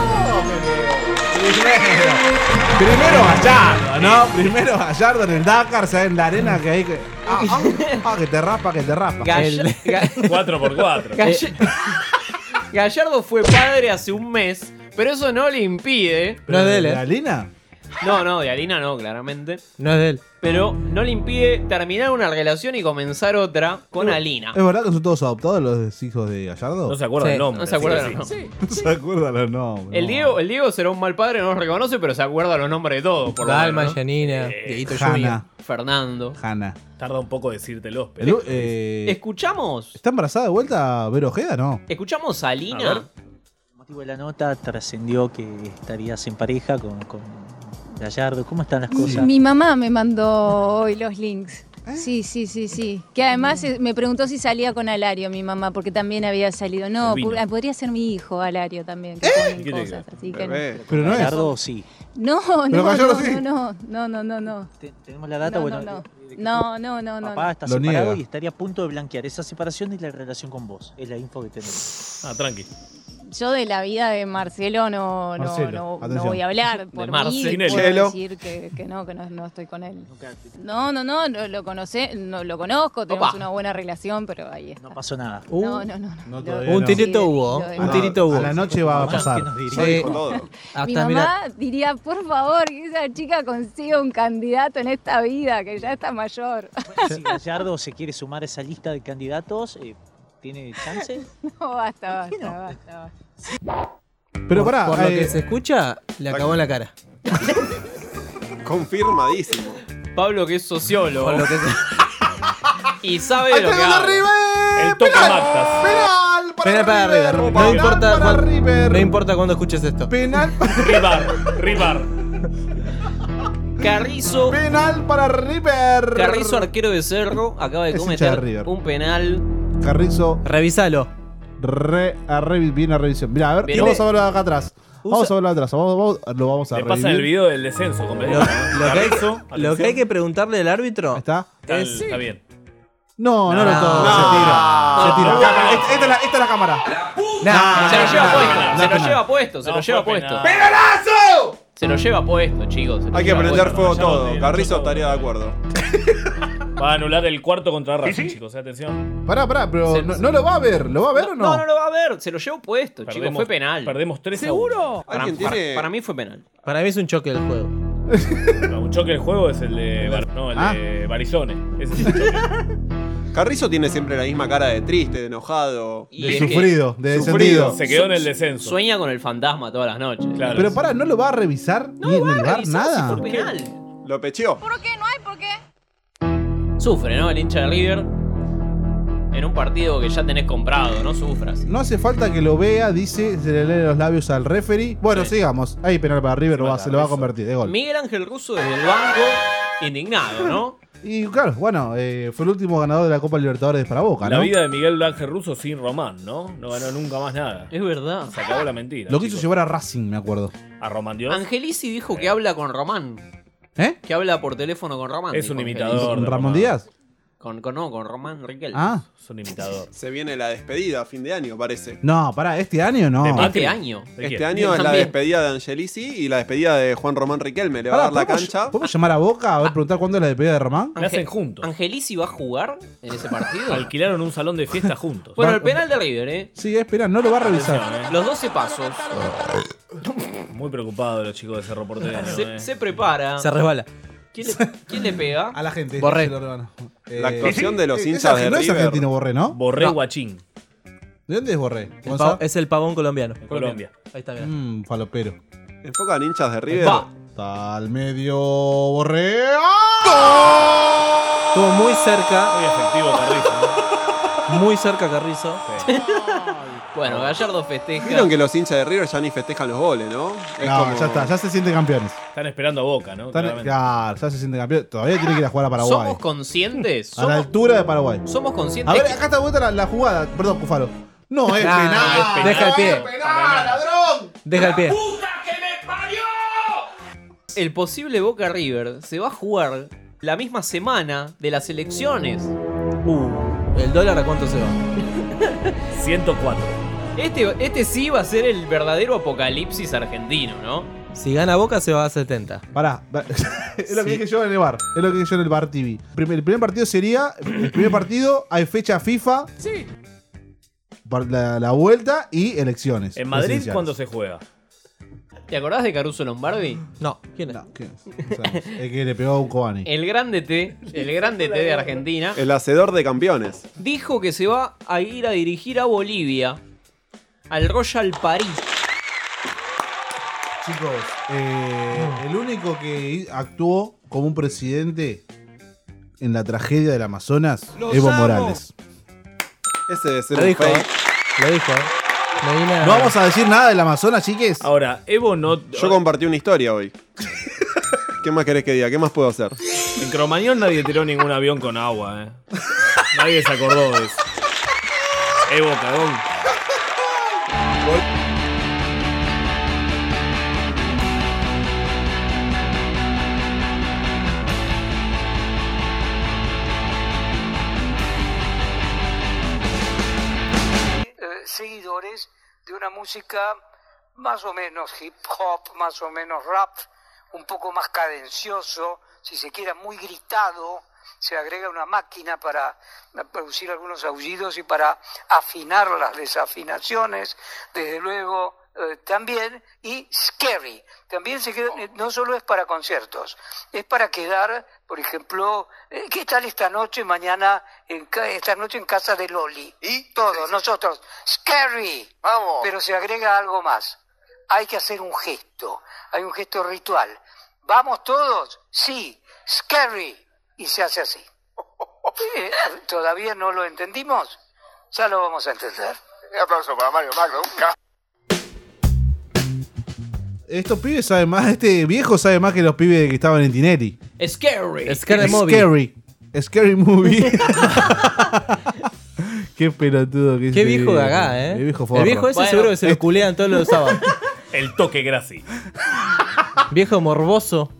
S13: Primero Gallardo, ¿no? Primero Gallardo en el Dakar, ¿sabes? En la arena que hay que. Ah, ah, ah, que te raspa, que te raspa.
S11: Gall- Ga-
S16: 4x4.
S11: Gall- Gallardo fue padre hace un mes, pero eso no le impide.
S13: ¿Pero de de Alina?
S11: No, no, de Alina no, claramente.
S15: ¿eh? No es de él.
S11: Pero no le impide terminar una relación y comenzar otra con Alina.
S13: ¿Es verdad que son todos adoptados los hijos de Gallardo?
S11: No se acuerda Sí, el nombre, no se acuerda así que el sí.
S13: No se acuerdan los nombres.
S11: El Diego, el Diego será un mal padre, no lo reconoce, pero se acuerda los nombres de todos. Por lo
S8: Ah,
S15: Dalma,
S11: menos, ¿no?
S15: Janina,
S11: Eh,
S15: Dieguito
S13: Hanna.
S15: Junior.
S11: Fernando.
S13: Hanna.
S16: Tarda un poco decírtelo, pero.
S13: El- eh,
S11: Escuchamos.
S13: ¿Está embarazada de vuelta Vero Ojeda? No.
S11: Escuchamos a
S13: A
S11: Alina.
S28: motivo de la nota trascendió que estarías en pareja con, con Gallardo. ¿Cómo están las cosas?
S29: Mi mamá me mandó hoy los links.
S28: Ah.
S29: Sí, sí, sí, sí. Que además eh, me preguntó si salía con Alario mi mamá, porque también había salido. No,
S28: El vino. ¿Eh?
S29: pu- ah, podría ser mi hijo Alario también. que ponen cosas, así que no.
S13: Pero no es.
S28: Gallardo sí.
S29: No,
S28: Pero
S29: no,
S28: Gallardo
S29: no,
S28: sí.
S29: no, no, no, no, no.
S28: ¿Tenemos la data?
S29: No,
S28: bueno,
S29: no, no.
S28: eh,
S29: No, no, no, no,
S28: papá
S29: no.
S28: está
S13: Lo
S28: separado
S13: niega.
S28: y estaría a punto de blanquear esa separación y la relación con vos. Es la info que tenemos.
S16: Ah, tranqui.
S29: Yo de la vida de Marcelo no, no,
S28: Marcelo,
S29: no- no
S28: atención.
S29: voy a hablar.
S28: De
S29: Por mí
S28: Marcelo.
S29: puedo decir que, que no, que no, no estoy con él. No, no, no, no, lo conoce, no lo conozco, tenemos
S28: Opa.
S29: una buena relación, pero ahí está.
S28: No pasó nada.
S29: no, no, no, no.
S13: No,
S28: todavía
S15: Uh, un
S28: no.
S15: tirito
S28: Sí,
S15: hubo.
S28: lo de-
S15: un
S28: Ah,
S15: tirito
S28: a
S15: hubo.
S13: la noche va a pasar.
S15: Sí.
S13: Ya dijo todo.
S29: Mi
S15: Hasta
S29: mamá
S15: mira.
S29: diría, por favor, que esa chica consiga un candidato en esta vida, que ya está mayor.
S28: Si Gallardo se quiere sumar a esa lista de candidatos, eh, ¿tiene chance?
S29: No, basta, basta, basta, basta.
S13: Pero pará.
S15: Por lo
S13: eh,
S15: que se escucha, le acabó en la cara.
S12: Confirmadísimo.
S11: Pablo, que es sociólogo. y sabe
S13: ¡Ahí
S11: lo que
S13: tenés a
S11: habla.
S13: River!
S11: El toca
S13: ¡Penal!
S11: matas.
S13: ¡Penal! para
S15: Penal para
S13: River!
S15: River.
S13: Penal
S15: No importa,
S13: para
S15: cuan-
S13: River.
S15: no importa cuando escuches esto.
S13: Penal para
S16: Rivar, Rivar.
S11: Carrizo.
S13: Penal para River.
S11: Carrizo, arquero de cerro, acaba de
S13: Es hincha de
S11: cometer
S13: River.
S11: un penal.
S13: Carrizo.
S15: Revisalo.
S13: Re, a revi- viene a revisión. Mira, a ver,
S11: Viene-
S13: vamos a verlo acá atrás. Vamos a verlo atrás. Vamos, vamos- lo vamos a
S16: Te
S13: ver.
S16: pasan el video del descenso completo. ¿no?
S15: Lo que, hay,
S16: Carrizo,
S15: lo que hay
S16: atención.
S15: que preguntarle al árbitro
S13: ¿Está?
S16: Está, está bien.
S13: No, no, lo
S15: No.
S13: todo.
S15: No.
S13: Se tira. Se tira.
S15: No.
S13: Acá, acá, Esta, esta es la, esta es la cámara. Nah,
S11: se lo
S13: nah,
S11: lleva
S13: nah,
S11: puesto,
S13: nah,
S11: se
S13: nah,
S11: lo
S13: nah.
S11: lleva puesto, se
S13: No,
S11: lo lleva
S13: fue
S11: puesto.
S13: penal.
S11: Se lo lleva puesto, chicos. se lo
S12: Hay que
S11: lleva
S12: prender
S11: puesto.
S12: fuego todo. Carrizo estaría de acuerdo.
S16: Va a anular el cuarto contra Racing, chicos. eh, Atención.
S13: Pará, pará, pero no, no lo va a ver. ¿Lo va a ver o no?
S11: No, no lo va a ver, se lo lleva puesto, chicos.
S16: Perdemos-
S11: Fue penal.
S16: Perdemos 3 a 1.
S11: ¿Seguro? Para,
S16: ¿Alguien
S11: para-
S16: tiene-
S11: para mí fue penal.
S15: Para mí es un choque del juego.
S16: No, un choque del juego es el de, Bar- no, el
S12: Ah.
S16: de Barizone. Ese es el choque.
S12: Carrizo tiene siempre la misma cara de triste, de enojado.
S11: Y es que- sufrido,
S13: de descendido. Se quedó en el
S16: descenso.
S11: Sueña con el fantasma todas las noches.
S16: Claro.
S13: Pero pará, ¿no lo va a revisar? ni en el bar, nada.
S12: Lo pecheó.
S11: Sufre, ¿no? El hincha de River. En un partido que ya tenés comprado, no sufras.
S13: No hace falta que lo vea, dice, se le lee los labios al referee. Bueno, sigamos. Ahí penal para River, lo va- se lo va a convertir, de gol.
S11: Miguel Ángel Russo desde el banco, indignado, ¿no?
S13: Y claro, bueno, eh, fue el último ganador de la Copa Libertadores para Boca,
S16: La
S13: ¿no?
S16: vida de Miguel Ángel Russo sin Román, ¿no? No ganó nunca más nada.
S11: Es verdad.
S16: Se acabó la mentira.
S13: Lo quiso
S16: chicos.
S13: llevar a Racing, me acuerdo.
S16: a Román Dios.
S11: Angelici dijo que habla con Román.
S13: ¿Eh?
S11: Que habla por teléfono con Román.
S16: Es un
S11: dijo
S16: imitador.
S13: ¿Con
S11: Angelici.
S13: Ramón Díaz?
S11: Con, con, no, con Román Riquelme.
S13: Ah.
S11: Es un imitador.
S12: Se viene la despedida a fin de año, parece.
S13: No, pará, ¿este año no?
S11: Este año.
S12: Este año es la despedida de Angelici y la despedida de Juan Román Riquelme. Le va a
S13: Pará,
S12: dar la
S13: ¿podemos-
S12: cancha.
S13: ¿Podemos llamar a Boca a ver, preguntar cuándo es la despedida de Román?
S11: Ange- ¿Angelici va a jugar en ese partido?
S16: Alquilaron un salón de fiesta juntos.
S11: Bueno, el penal de River, ¿eh?
S13: Sí, espera, no lo va a revisar.
S11: Los 12 pasos.
S16: Muy preocupados los chicos de Cerro Porteño.
S11: Se,
S16: eh.
S11: se prepara.
S16: Se resbala.
S11: ¿Quién le, quién le pega?
S13: A la gente.
S16: Borré.
S13: se lo rebanan.
S12: La actuación de los
S13: Eh, es
S12: hinchas de
S13: argentino, es
S12: River.
S13: argentino Borré, ¿no?
S16: Borré
S13: No.
S16: Guachín.
S13: ¿De dónde es Borré?
S15: El
S13: Gonzalo.
S15: pa- es el pavón colombiano.
S16: Colombia.
S15: Ahí está, mirá.
S13: Mm, falopero.
S12: Enfocan hinchas de River.
S15: Va.
S13: Está al medio Borré.
S15: Estuvo muy cerca.
S16: Muy efectivo Carrizo.
S15: Muy cerca Carrizo.
S11: Bueno, Gallardo festeja.
S12: Vieron que los hinchas de River ya ni festejan los goles, ¿no? Es
S13: No,
S12: como-
S13: ya está, ya se sienten campeones.
S16: Están esperando a Boca, ¿no?
S13: Están-
S16: Claramente.
S13: claro, ya se sienten campeones. Todavía tiene que ir a jugar a Paraguay.
S11: ¿Somos conscientes?
S13: A la
S11: ¿Somos,
S13: altura de Paraguay.
S11: somos
S13: A
S11: conscientes?
S13: ver,
S11: que-
S13: acá está vuelta la, la jugada. Perdón, Cufaro. No, Ah, es
S16: Ah.
S11: Nah,
S13: penal.
S11: es penal. Deja el pie.
S13: Es penal, ladrón.
S15: Deja el pie.
S11: El posible Boca River se va a jugar la misma semana de las elecciones.
S15: Uh, ¿el dólar a cuánto se va?
S16: 104.
S11: Este, este sí va a ser el verdadero apocalipsis argentino, ¿no?
S15: Si gana Boca se va a 70.
S13: Pará. va- es lo que dije yo en el bar. Es lo que dije yo en el bar TV. Primer- el primer partido sería. El primer partido, hay fecha FIFA.
S11: Sí.
S13: par- La, la vuelta y elecciones.
S16: ¿En Madrid
S13: presidenciales.
S16: cuándo se juega?
S11: ¿Te acordás de Caruso Lombardi?
S15: No. ¿Quién es?
S13: El que le pegó a un Cobani.
S11: El grande T, el grande T de Argentina,
S12: El hacedor de campeones.
S11: dijo que se va a ir a dirigir a Bolivia, al Royal París.
S13: Chicos, eh, el único que actuó como un presidente en la tragedia del Amazonas,
S12: Los
S13: Evo
S12: amo.
S13: Morales.
S12: Ese debe ser
S15: Lo
S12: un
S15: dijo,
S12: fake.
S15: ¿eh? Lo dijo. No vi nada.
S13: No vamos a decir nada del Amazonas, chiques.
S16: Ahora, Evo no.
S12: Yo compartí una historia hoy. ¿Qué más querés que diga? ¿Qué más puedo hacer?
S16: En Cromañón nadie tiró ningún avión con agua, ¿eh? Nadie se acordó de eso. Evo, cagón.
S27: eh, seguidores de una música más o menos hip hop, más o menos rap, un poco más cadencioso, si se quiera muy gritado, se agrega una máquina para producir algunos aullidos y para afinar las desafinaciones, desde luego eh, también, y scary, también se queda, eh, no solo es para conciertos, es para quedar, por ejemplo, eh, ¿qué tal esta noche, mañana, en ca- esta noche en casa de Loli? Y todos, nosotros, scary, vamos. Pero se agrega algo más, hay que hacer un gesto, hay un gesto ritual. ¿Vamos todos? Sí, scary, y se hace así. Eh, ¿Todavía no lo entendimos? Ya lo vamos a entender. Un aplauso para Mario Magno.
S13: Estos pibes saben más, este viejo sabe más que los pibes que estaban en Tinelli.
S11: Scary.
S13: Scary. Scary Movie. Qué pelotudo que es
S15: Qué
S13: este
S15: viejo gagá, eh.
S13: El viejo,
S15: El viejo ese seguro que se lo culean todos los sábados.
S16: El toque Graci.
S15: viejo morboso.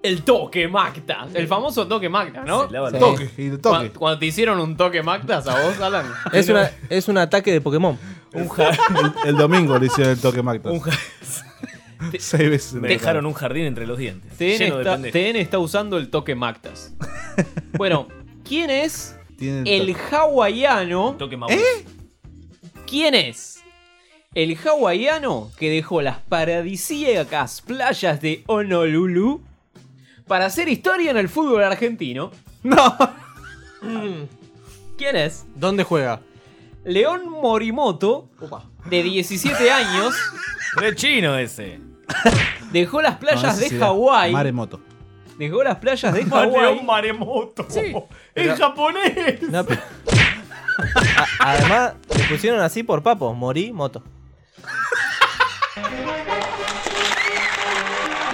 S11: El toque Magda. El famoso toque Magda, ¿no?
S13: el
S11: Cu-
S13: toque, el toque.
S11: Cuando, te hicieron un toque Magda a vos, Alan.
S15: Es, una, es un ataque de Pokémon.
S13: El, el domingo le hicieron el toque Magda. Seis veces.
S16: Me dejaron un jardín entre los dientes. lleno
S11: TN
S16: de
S11: está,
S16: pendejos.
S11: TN está usando el toque Mactas. bueno, ¿quién es
S13: Tiene
S11: el hawaiano?
S16: ¿Eh?
S11: ¿Quién es el hawaiano que dejó las paradisíacas playas de Honolulu para hacer historia en el fútbol argentino? No. ¿Quién es?
S15: ¿Dónde juega?
S11: León Morimoto, de 17 años,
S16: Re chino ese.
S11: dejó las
S13: No,
S11: playas
S13: ese
S11: de
S13: sí da
S11: Hawái.
S13: Maremoto.
S11: Dejó las playas de
S16: Mare-
S11: Hawái.
S16: un maremoto.
S15: Pero-
S16: ¡En japonés!
S15: No, pero- A- además, le pusieron así por papo. Morí, moto.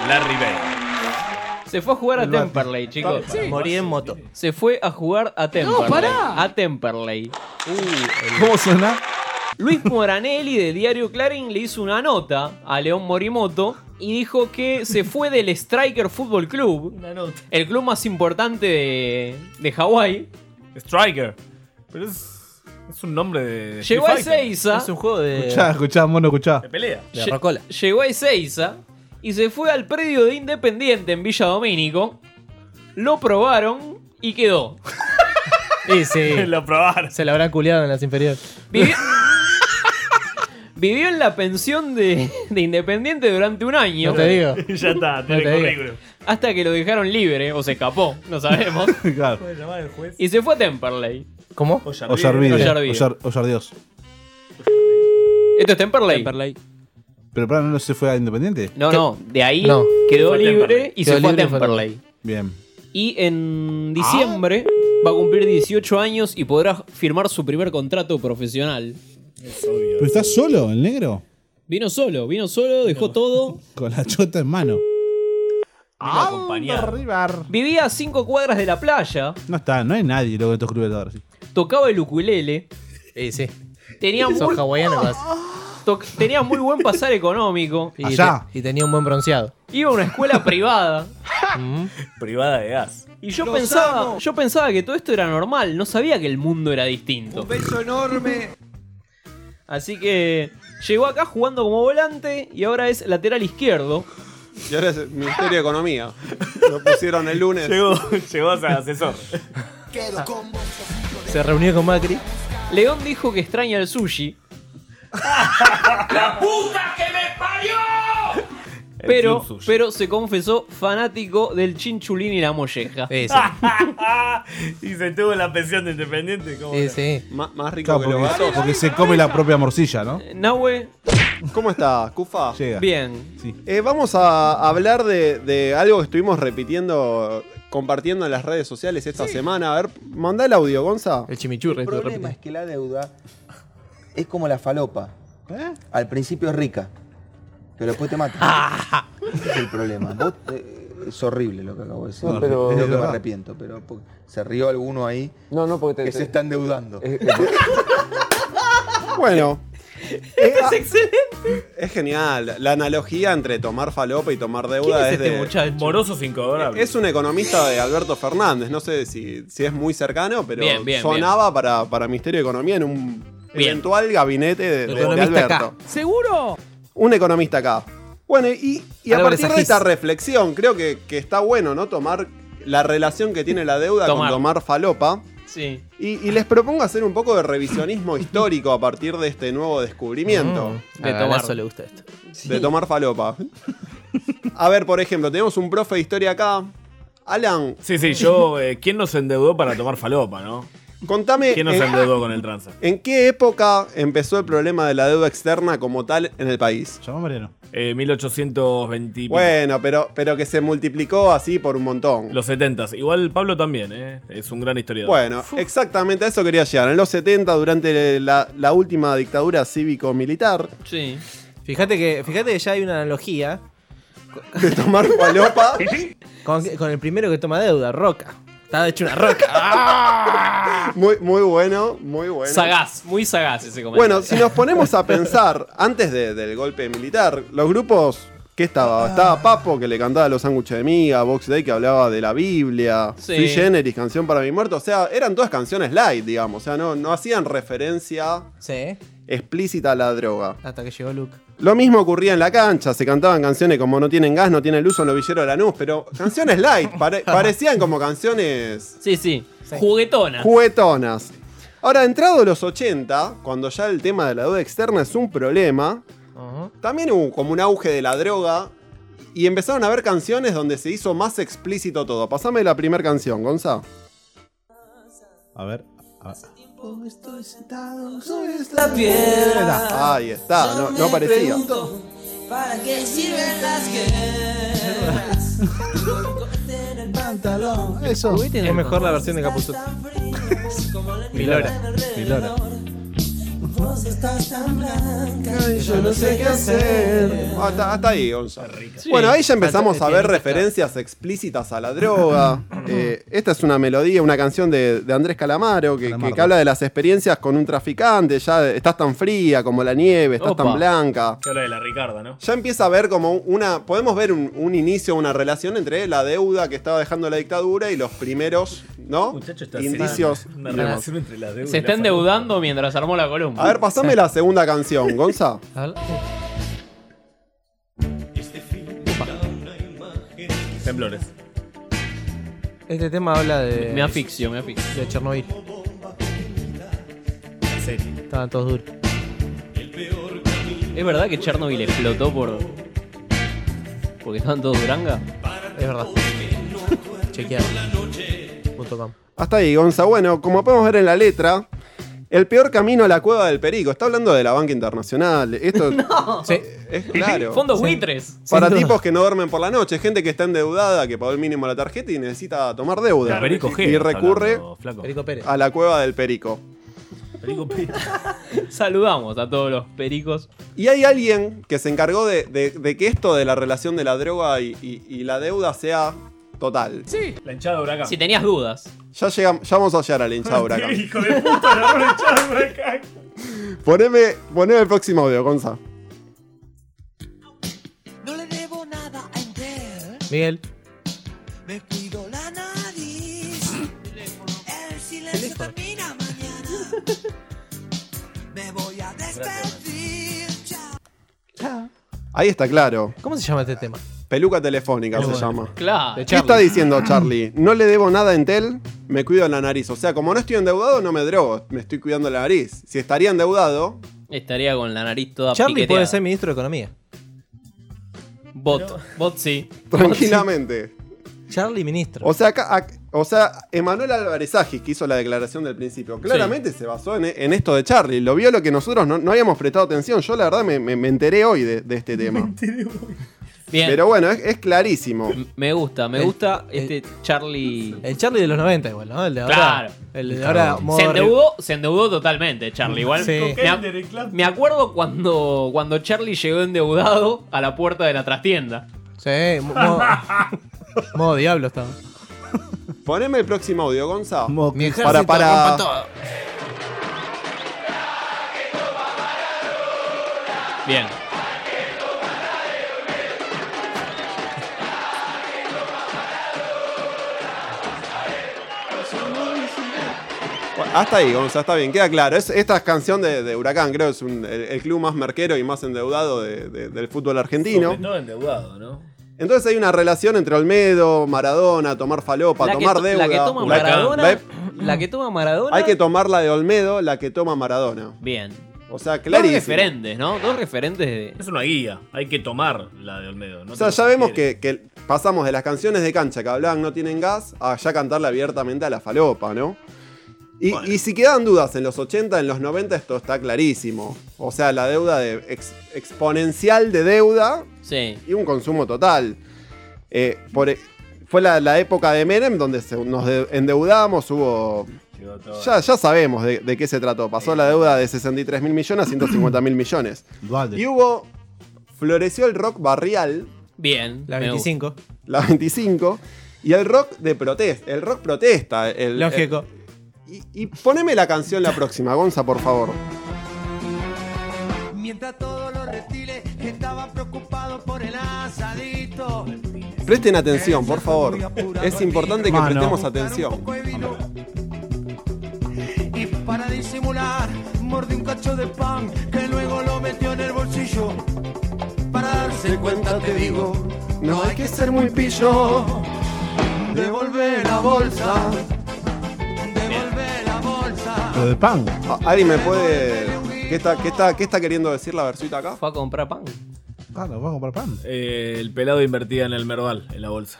S16: Larry Bay.
S11: Se fue a jugar a
S15: El bate.
S11: Temperley, chicos.
S15: Sí. Morí en moto.
S11: Se fue a jugar a Temperley.
S15: pará.
S11: A Temperley.
S13: ¿Cómo suena?
S11: Luis Moranelli de Diario Clarín le hizo una nota a León Morimoto y dijo que se fue del Striker Fútbol Club,
S16: Una nota.
S11: el club más importante de, de Hawái,
S16: Striker. Pero es, es un nombre de. de
S11: Llegó a
S16: Street Fighter.
S11: Ezeiza. Es un juego de.
S13: Escuchá, escuchá, mono, escuchá.
S16: De Eh. pelea.
S11: Lle- Llegó a Ezeiza y se fue al predio de Independiente en Villa Domínico. Lo probaron y quedó.
S15: Sí, sí.
S16: Lo probaron.
S15: Se lo habrán culiado en las inferiores.
S11: Vivió en la pensión de, de Independiente durante un año.
S15: No te digo.
S16: ya está,
S11: No
S16: tiene
S11: te digo.
S16: currículum.
S11: Hasta que lo dejaron libre o se escapó, no sabemos.
S16: ¿Puede llamar el juez?
S11: Y se fue a Temperley.
S15: ¿Cómo?
S13: Ollarvide.
S11: Ollarvide.
S13: Ollar- Ollardios.
S11: Esto es Temperley.
S13: Pero para no se fue a Independiente.
S11: No, no, de ahí
S13: No.
S11: quedó
S13: Fue a
S11: libre
S13: Temperley.
S11: y
S13: Quedó
S11: se fue a
S13: libre y fue a Temperley.
S11: Temperley. Ah.
S13: Bien.
S11: Y en diciembre va a cumplir 18 años y podrá firmar su primer contrato profesional.
S9: ¿Pero estás solo, el negro?
S11: Vino solo, vino solo, dejó todo.
S9: Con la chota en mano.
S11: acompañado. Vivía a 5 cuadras de la playa,
S13: No está, no hay nadie luego en estos clubes de ahora. sí.
S11: tocaba el ukulele.
S15: Sí, sí.
S11: Tenía
S15: Sos
S11: muy,
S15: hawaiano, vas.
S11: toc- tenía muy buen pasar económico.
S15: Y, te- y tenía un buen bronceado. Mm.
S11: Iba a una escuela privada.
S16: Privada de gas.
S11: Y yo
S16: Los
S11: pensaba, yo pensaba que todo esto era normal, no sabía que el mundo era distinto. Un
S13: beso enorme.
S11: Así que llegó acá jugando como volante y ahora es lateral izquierdo.
S12: Y ahora es el Ministerio de Economía. Lo pusieron el lunes.
S11: Llegó- llegó a ser asesor. Se reunió con Macri. León dijo que extraña el sushi,
S26: ¡La puta que me parió!
S11: pero, pero se confesó fanático del chinchulín y la molleja.
S16: y se tuvo la pensión de Independiente. ¿cómo no?
S12: más
S13: Claro, porque, porque se come la propia morcilla, ¿no?
S11: Nahue.
S12: ¿Cómo estás, Cufa?
S13: Llega.
S11: Bien.
S12: Eh, vamos a hablar de, de algo que estuvimos repitiendo, compartiendo en las redes sociales esta semana. A ver, manda el audio, Gonza.
S15: El chimichurri.
S10: El problema es que la deuda es como la falopa. Al principio es rica, pero después te mata. Ese es el problema. Vos, eh, es horrible lo que acabo de decir.
S5: No, pero-
S10: es lo que me
S5: verdad.
S10: arrepiento, pero po- se rió alguno ahí que se está endeudando.
S12: Bueno,
S11: Este
S10: Es
S12: excelente. Es genial. La analogía entre tomar falopa y tomar
S11: este
S12: deuda
S16: este
S12: es, de-
S16: Morosos incobrables.
S12: Es un economista de Alberto Fernández, no sé si, si es muy cercano, pero
S16: Bien, bien,
S12: sonaba Para, para Ministerio de Economía en un eventual gabinete de, de- de Alberto.
S11: ¿Seguro?
S12: Un economista acá. Bueno, y, y a
S10: Álvarez
S12: partir de
S10: Agis.
S12: esta reflexión, creo que, que está bueno, ¿no? Tomar la relación que tiene la deuda
S10: Tomar.
S12: con tomar falopa.
S11: Sí.
S12: Y, y les propongo hacer un poco de revisionismo histórico a partir de este nuevo descubrimiento.
S16: Mm.
S15: de a Galazo le gusta esto.
S12: De tomar falopa. A ver, por ejemplo, tenemos un profe de historia acá. Alan,
S16: Sí, sí, yo. eh, ¿Quién nos endeudó para tomar falopa, no?
S12: contame.
S16: ¿Quién nos
S12: en-
S16: endeudó con el tranza?
S12: ¿En qué época empezó el problema de la deuda externa como tal en el país?
S16: Eh, 1820. y pico.
S12: Bueno, pero, pero que se multiplicó así por un montón.
S16: Los 70s. Igual Pablo también, ¿eh? Es un gran historiador.
S12: Bueno, exactamente a eso quería llegar. En los 70, durante la, la última dictadura cívico-militar,
S11: Sí.
S15: Fíjate que, fíjate que ya hay una analogía.
S12: De tomar falopa.
S15: Con, con el primero que toma deuda, Roca. Estaba hecho una roca.
S12: muy, muy bueno, muy bueno.
S11: Sagaz, muy sagaz ese comentario.
S12: Bueno, si nos ponemos a pensar, antes de- del golpe militar, los grupos. ¿Qué estaba? Estaba Papo, que le cantaba los sándwiches de miga, Box Day, que hablaba de la Biblia,
S10: Sí.
S12: Sui Generis, Canción para mi muerto. O sea, eran todas canciones light, digamos. O sea, no, no hacían referencia
S15: sí.
S12: explícita a la droga.
S15: Hasta que llegó Luke.
S12: Lo mismo ocurría en la cancha, se cantaban canciones como No tienen gas, no tienen luz, son los villeros de Lanús, pero canciones light, pare- parecían como canciones
S11: Sí, sí. Juguetona.
S12: juguetonas. Ahora, entrado los 80, cuando ya el tema de la deuda externa es un problema, también hubo como un auge de la droga y empezaron a haber canciones donde se hizo más explícito todo. Pasame la primera canción, Gonza.
S9: A ver. a ver.
S10: Estoy sentado sobre
S9: esta piedra.
S12: Ahí está, no, no parecía.
S10: ¿Para qué sirven las guerras? en el pantalón.
S15: Eso. Es mejor la versión de Capuzot. Milora. Milora.
S9: estás tan blanca.
S12: yo no sé qué hacer. Hasta, hasta Ah, ahí, Gonza.
S9: Sí.
S12: Bueno, ahí ya empezamos
S9: Hasta-
S12: a ver
S9: hasta-
S12: referencias explícitas a la droga. Eh, esta es una melodía, una canción de, de Andrés Calamaro que, que-
S9: Calamardo.
S12: que habla de las experiencias con un traficante. Ya estás tan fría como la nieve, estás
S16: Opa.
S12: tan blanca.
S16: Que habla de la Ricarda, ¿no?
S12: Ya empieza a ver como una. Podemos ver un, un inicio, una relación entre la deuda que estaba dejando la dictadura y los primeros, ¿no? Indicios.
S16: Una
S12: y demás.
S16: relación entre las deudas.
S11: Se está endeudando mientras armó la columna.
S12: A ver, pasame la segunda canción, Gonza.
S16: Temblores.
S15: Este tema habla de.
S11: Me asfixio, me asfixio.
S15: De Chernobyl.
S16: La serie.
S15: Estaban todos duros.
S11: ¿Es verdad que Chernobyl explotó por. porque estaban todos duranga?
S15: Es verdad. Chequeado.com.
S12: Hasta ahí, Gonza. Bueno, como podemos ver en la letra, el peor camino a la cueva del Perico. Está hablando de la banca internacional. Esto es claro.
S11: Fondos buitres.
S12: Para
S11: Sin duda.
S12: tipos que no duermen por la noche, gente que está endeudada, que pagó el mínimo a la tarjeta y necesita tomar deuda.
S16: Claro, Perico G
S12: y
S16: está
S12: recurre
S16: hablando, flaco.
S15: Perico Pérez.
S12: a la cueva del Perico.
S11: Saludamos a todos los pericos.
S12: Y hay alguien que se encargó de, de- de que esto de la relación de la droga y, y- y la deuda sea total.
S11: Sí.
S16: La hinchada de huracán.
S11: Si tenías dudas.
S12: Ya, llegamos, ya vamos a llegar a la hinchada huracán.
S16: Hijo de puta, la la hinchada de huracán.
S12: Poneme, poneme el próximo audio, Gonza.
S15: Miguel.
S9: Me cuido la nariz. El silencio termina mañana. Me voy a despedir.
S12: Ahí está claro.
S15: ¿Cómo se llama este tema?
S12: Peluca telefónica se
S15: Peluca.
S12: llama.
S11: Claro.
S12: ¿Qué está diciendo Charlie? No le debo nada en Tel, me cuido la nariz. O sea, como no estoy endeudado, no me drogo, me estoy cuidando la nariz. Si estaría endeudado,
S11: Estaría con la nariz toda
S15: Charlie
S11: piqueteada.
S15: puede ser ministro de Economía.
S11: Bot. Bot sí.
S12: tranquilamente.
S15: Charlie, ministro.
S12: O sea, acá- ac- o sea, Emanuel Álvarez Agis, que hizo la declaración del principio, claramente se basó en, en esto de Charlie. Lo vio lo que nosotros no, no habíamos prestado atención. Yo, la verdad, me, me- me enteré hoy de, de este tema.
S11: Bien.
S12: Pero bueno, es, es clarísimo.
S11: Me gusta, me
S15: El-
S11: gusta este Charlie.
S15: El Charlie de los 90 igual, ¿no? El de eh, ahora.
S11: Claro.
S15: El de ahora. modo
S11: se, endeudó, se endeudó totalmente, Charlie. Igual
S15: Sí.
S11: me, ac- me acuerdo cuando, cuando Charlie llegó endeudado a la puerta de la trastienda.
S15: Sí, mo- modo, modo diablo estaba.
S12: Poneme el próximo audio, Gonza.
S15: Mi
S12: Para,
S15: ejército
S12: para.
S15: rompa todo.
S11: Bien.
S12: Bueno, Hasta ahí, Gonza, está bien, queda claro. Es, esta es canción de, de Huracán, creo, es un- el, el club más merquero y más endeudado de- de- del fútbol argentino.
S16: Sobre todo endeudado, ¿no?
S12: Entonces hay una relación entre Olmedo, Maradona, tomar falopa,
S11: La que
S12: tomar
S11: to- la
S12: deuda.
S11: que toma
S12: Huracán.
S11: Maradona-
S12: Ve-
S11: La que toma Maradona.
S12: Hay que tomar la de Olmedo, la que toma Maradona.
S11: Bien.
S12: O sea,
S11: Dos
S12: clarísimo.
S11: referentes, ¿no? Dos referentes de.
S16: Es una guía. Hay que tomar la de Olmedo. No
S12: O sea,
S16: te-
S12: ya vemos que, que pasamos de las canciones de cancha que hablaban no tienen gas a ya cantarle abiertamente a la falopa, ¿no? Y, y si quedaban dudas en los 80, en los 90 esto está clarísimo. O sea, la deuda de ex- exponencial de deuda
S11: Sí.
S12: y un consumo total. Eh, por e- fue la, la época de Menem donde se- nos de- endeudamos, hubo... Ya, ya sabemos de, de qué se trató. Pasó la deuda de 63 mil millones a 150 mil millones. Y hubo... Floreció el rock barrial,
S11: Bien.
S15: La
S11: me
S15: 25.
S12: la 25, y el rock de protesta. El rock protesta. El,
S15: Lógico.
S12: el- y, y poneme la canción la próxima, Gonza, por favor.
S9: Mientras todos los reptiles estaban preocupados por el asadito.
S12: Presten atención, por favor. Es importante que
S9: Mano.
S12: prestemos atención.
S9: Y para disimular, mordí un cacho de pan que luego lo metió en el bolsillo. Para darse cuenta, te digo, no hay que ser muy pillo. Devolver la bolsa. Devolver la bolsa.
S12: Lo de pan. ¿Alguien Ah, me puede.? ¿Qué está, qué está, qué está queriendo decir la versita acá?
S11: Fue a comprar pan.
S12: Claro, vamos a comprar pan.
S16: Eh, el pelado invertía en el merval, en la bolsa.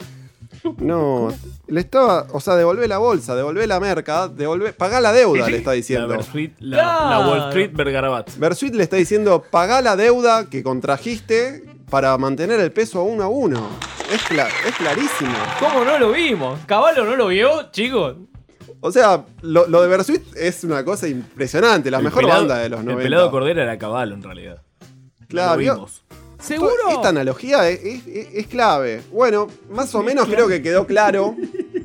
S12: No, le estaba. O sea, devolvé la bolsa, devolvé la merca, devolvé. Pagá la deuda, le está
S16: La,
S12: diciendo.
S16: Versuit- la, la
S15: Ah.
S12: Claro.
S16: Wall Street Bergarabat.
S12: Versuit le está diciendo: pagá la deuda que contrajiste para mantener el peso a uno a uno. Es, cla- es clarísimo.
S11: ¿Cómo no lo vimos? ¿Caballo no lo vio, chicos?
S12: O sea, lo, lo de Bersuit es una cosa impresionante, la
S16: El
S12: mejor
S16: pelado-
S12: banda de los Ah, 90.
S16: El pelado Cordera era caballo, en realidad.
S12: Claro,
S16: Lo vimos.
S12: ¿Seguro? Esta analogía es, es- es- es clave. Bueno, más o menos creo que quedó claro.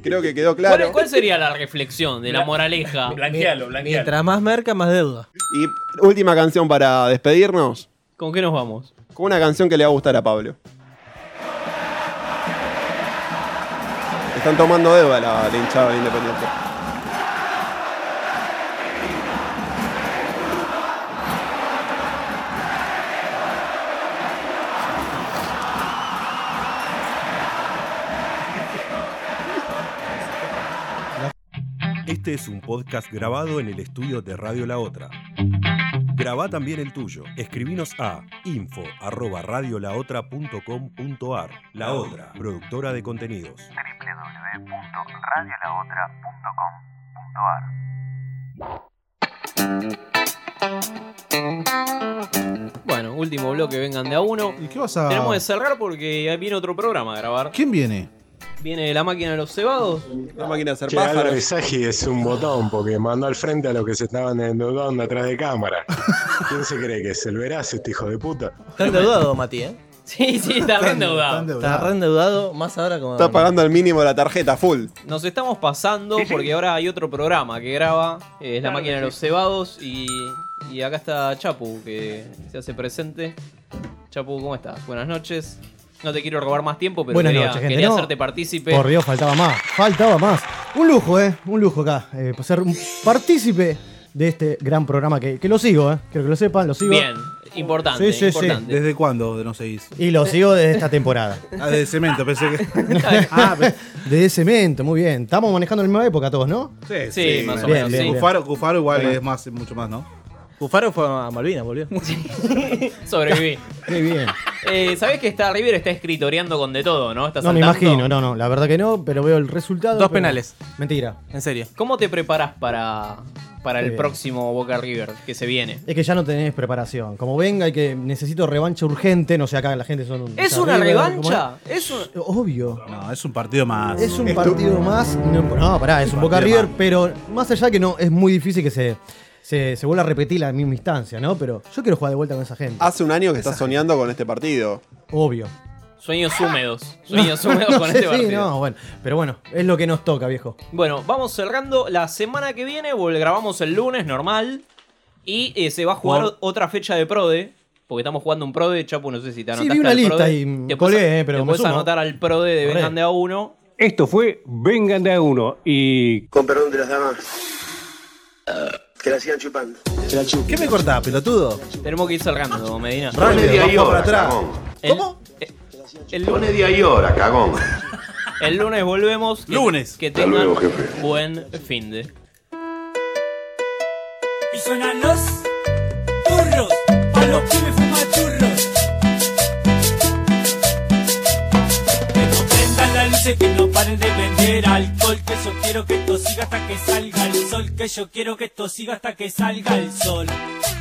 S12: Creo que quedó claro.
S11: ¿Cuál, cuál sería la reflexión de la moraleja? Blanquealo,
S12: Mientras más merca, más deuda. Y última canción para despedirnos.
S11: ¿Con qué nos vamos?
S12: Con una canción que le va a gustar a Pablo. Están tomando deuda la, la hinchada de Independiente.
S30: Este es un podcast grabado en el estudio de Radio La Otra. Graba también el tuyo. Escribinos a info@radiolaotra.com.ar. La Otra, productora de contenidos.
S26: www.radiolaotra.com.ar
S11: Bueno, último bloque, vengan de a uno.
S13: ¿Y qué vas a-
S11: Tenemos que cerrar porque ahí viene otro programa a grabar.
S13: ¿Quién viene?
S11: Viene la máquina de los cebados.
S12: La máquina de hacer
S1: Che, Álvaro Isagi es un botón porque mandó al frente a los que se estaban endeudando atrás de cámara. ¿Quién se cree que es el veraz este hijo de puta?
S15: Está endeudado, Mati, ¿eh?
S11: Sí, sí, está re endeudado.
S15: Está re endeudado, más ahora como.
S12: Está pagando el mínimo de la tarjeta, full.
S11: Nos estamos pasando porque ahora hay otro programa que graba, eh, es la máquina de los cebados y, y acá está Chapu que se hace presente. Chapu, ¿cómo estás? Buenas noches. No te quiero robar más tiempo, pero
S6: Buenas
S11: quería,
S6: noches, gente.
S11: quería
S6: No,
S11: hacerte partícipe.
S6: Por Dios, faltaba más. Faltaba más. Un lujo, ¿eh? Un lujo acá. eh, por ser un partícipe de este gran programa que, que lo sigo, ¿eh? Quiero que lo sepan, lo sigo.
S11: Bien, importante,
S6: Sí, sí, sí.
S11: importante.
S6: Desde-
S13: ¿Desde cuándo no seguís?
S6: Y lo sigo desde esta temporada.
S13: Ah, de cemento, pensé que. Ah, pe-
S6: Desde Cemento, muy bien. Estamos manejando la misma época todos, ¿no?
S13: sí,
S6: Sí, más o
S13: bien,
S6: menos,
S13: bien,
S6: sí.
S13: Cufaro, Cufaro igual
S6: Bueno.
S13: es más, mucho más, ¿no?
S15: Cufaro fue a Malvinas, volvió.
S11: Sobreviví.
S6: Qué bien.
S11: Eh, Sabés que está River está escritoreando con de todo, ¿no? ¿Estás
S6: No me
S11: al tanto?
S6: imagino, no, no, la verdad que no, pero veo el resultado.
S11: Dos
S6: pero-
S11: penales.
S6: Mentira.
S15: En serio.
S11: ¿Cómo te preparás para, para
S6: Muy
S11: el
S6: bien.
S11: próximo Boca River que se viene?
S6: Es que ya no tenés preparación. Como venga y que necesito revancha urgente, no sé, acá la gente son un.
S11: ¿Es
S6: son
S11: una
S6: River,
S11: revancha?
S6: ¿cómo
S11: ¿Es un-
S6: es? Obvio.
S13: No, es un partido más.
S6: Es un partido más. No, no, pará, es un
S13: Un
S6: Boca
S13: partido
S6: River, pero más allá que no, es muy difícil que se, se, se vuelva a repetir la misma instancia, ¿no? Pero yo quiero jugar de vuelta con esa gente.
S12: Hace un año que está soñando con este partido.
S6: Obvio.
S11: Sueños húmedos. Sueños
S6: No,
S11: húmedos
S6: no
S11: con
S6: sé,
S11: este partido.
S6: sí, no, bueno. Pero bueno, es lo que nos toca, viejo.
S11: Bueno, vamos cerrando. La semana que viene vol- grabamos el lunes, normal. Y eh, se va a jugar
S6: Por-
S11: otra fecha de Prode. Porque estamos jugando un Prode, Chapu, no sé si te
S6: Sí,
S11: anotaste
S6: vi una
S11: al
S6: lista
S11: Prode.
S6: y me
S11: Te podés-
S6: colgué, eh, pero
S11: Te
S6: me
S11: podés
S6: sumo.
S11: anotar al Prode de
S6: Corre.
S11: Vengan de a uno.
S18: Esto fue Vengan de a uno y. Con perdón de las damas.
S6: Que la sigan chupando.
S13: ¿Qué me cortás, pelotudo?
S11: Tenemos que ir cerrando, Medina.
S13: Rápido, Pone de ahí vamos para hora, atrás. cagón.
S11: ¿Cómo? El, lunes
S18: de ahí hora, cagón.
S11: El lunes volvemos. Que-
S18: Lunes.
S11: Que
S18: Hasta
S11: tengan
S18: luego, jefe.
S11: buen fin de.
S26: Y suenan los turros, pa' los pibes fumachurros. Que no prendan las luces, que no paren de vender alcohol. Que yo quiero que esto siga hasta que salga el sol. Que yo quiero que esto siga hasta que salga el sol.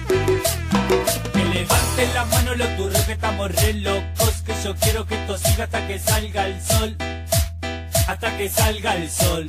S26: Que levanten la mano los turros que estamos re locos. Que yo quiero que esto siga hasta que salga el sol. Hasta que salga el sol.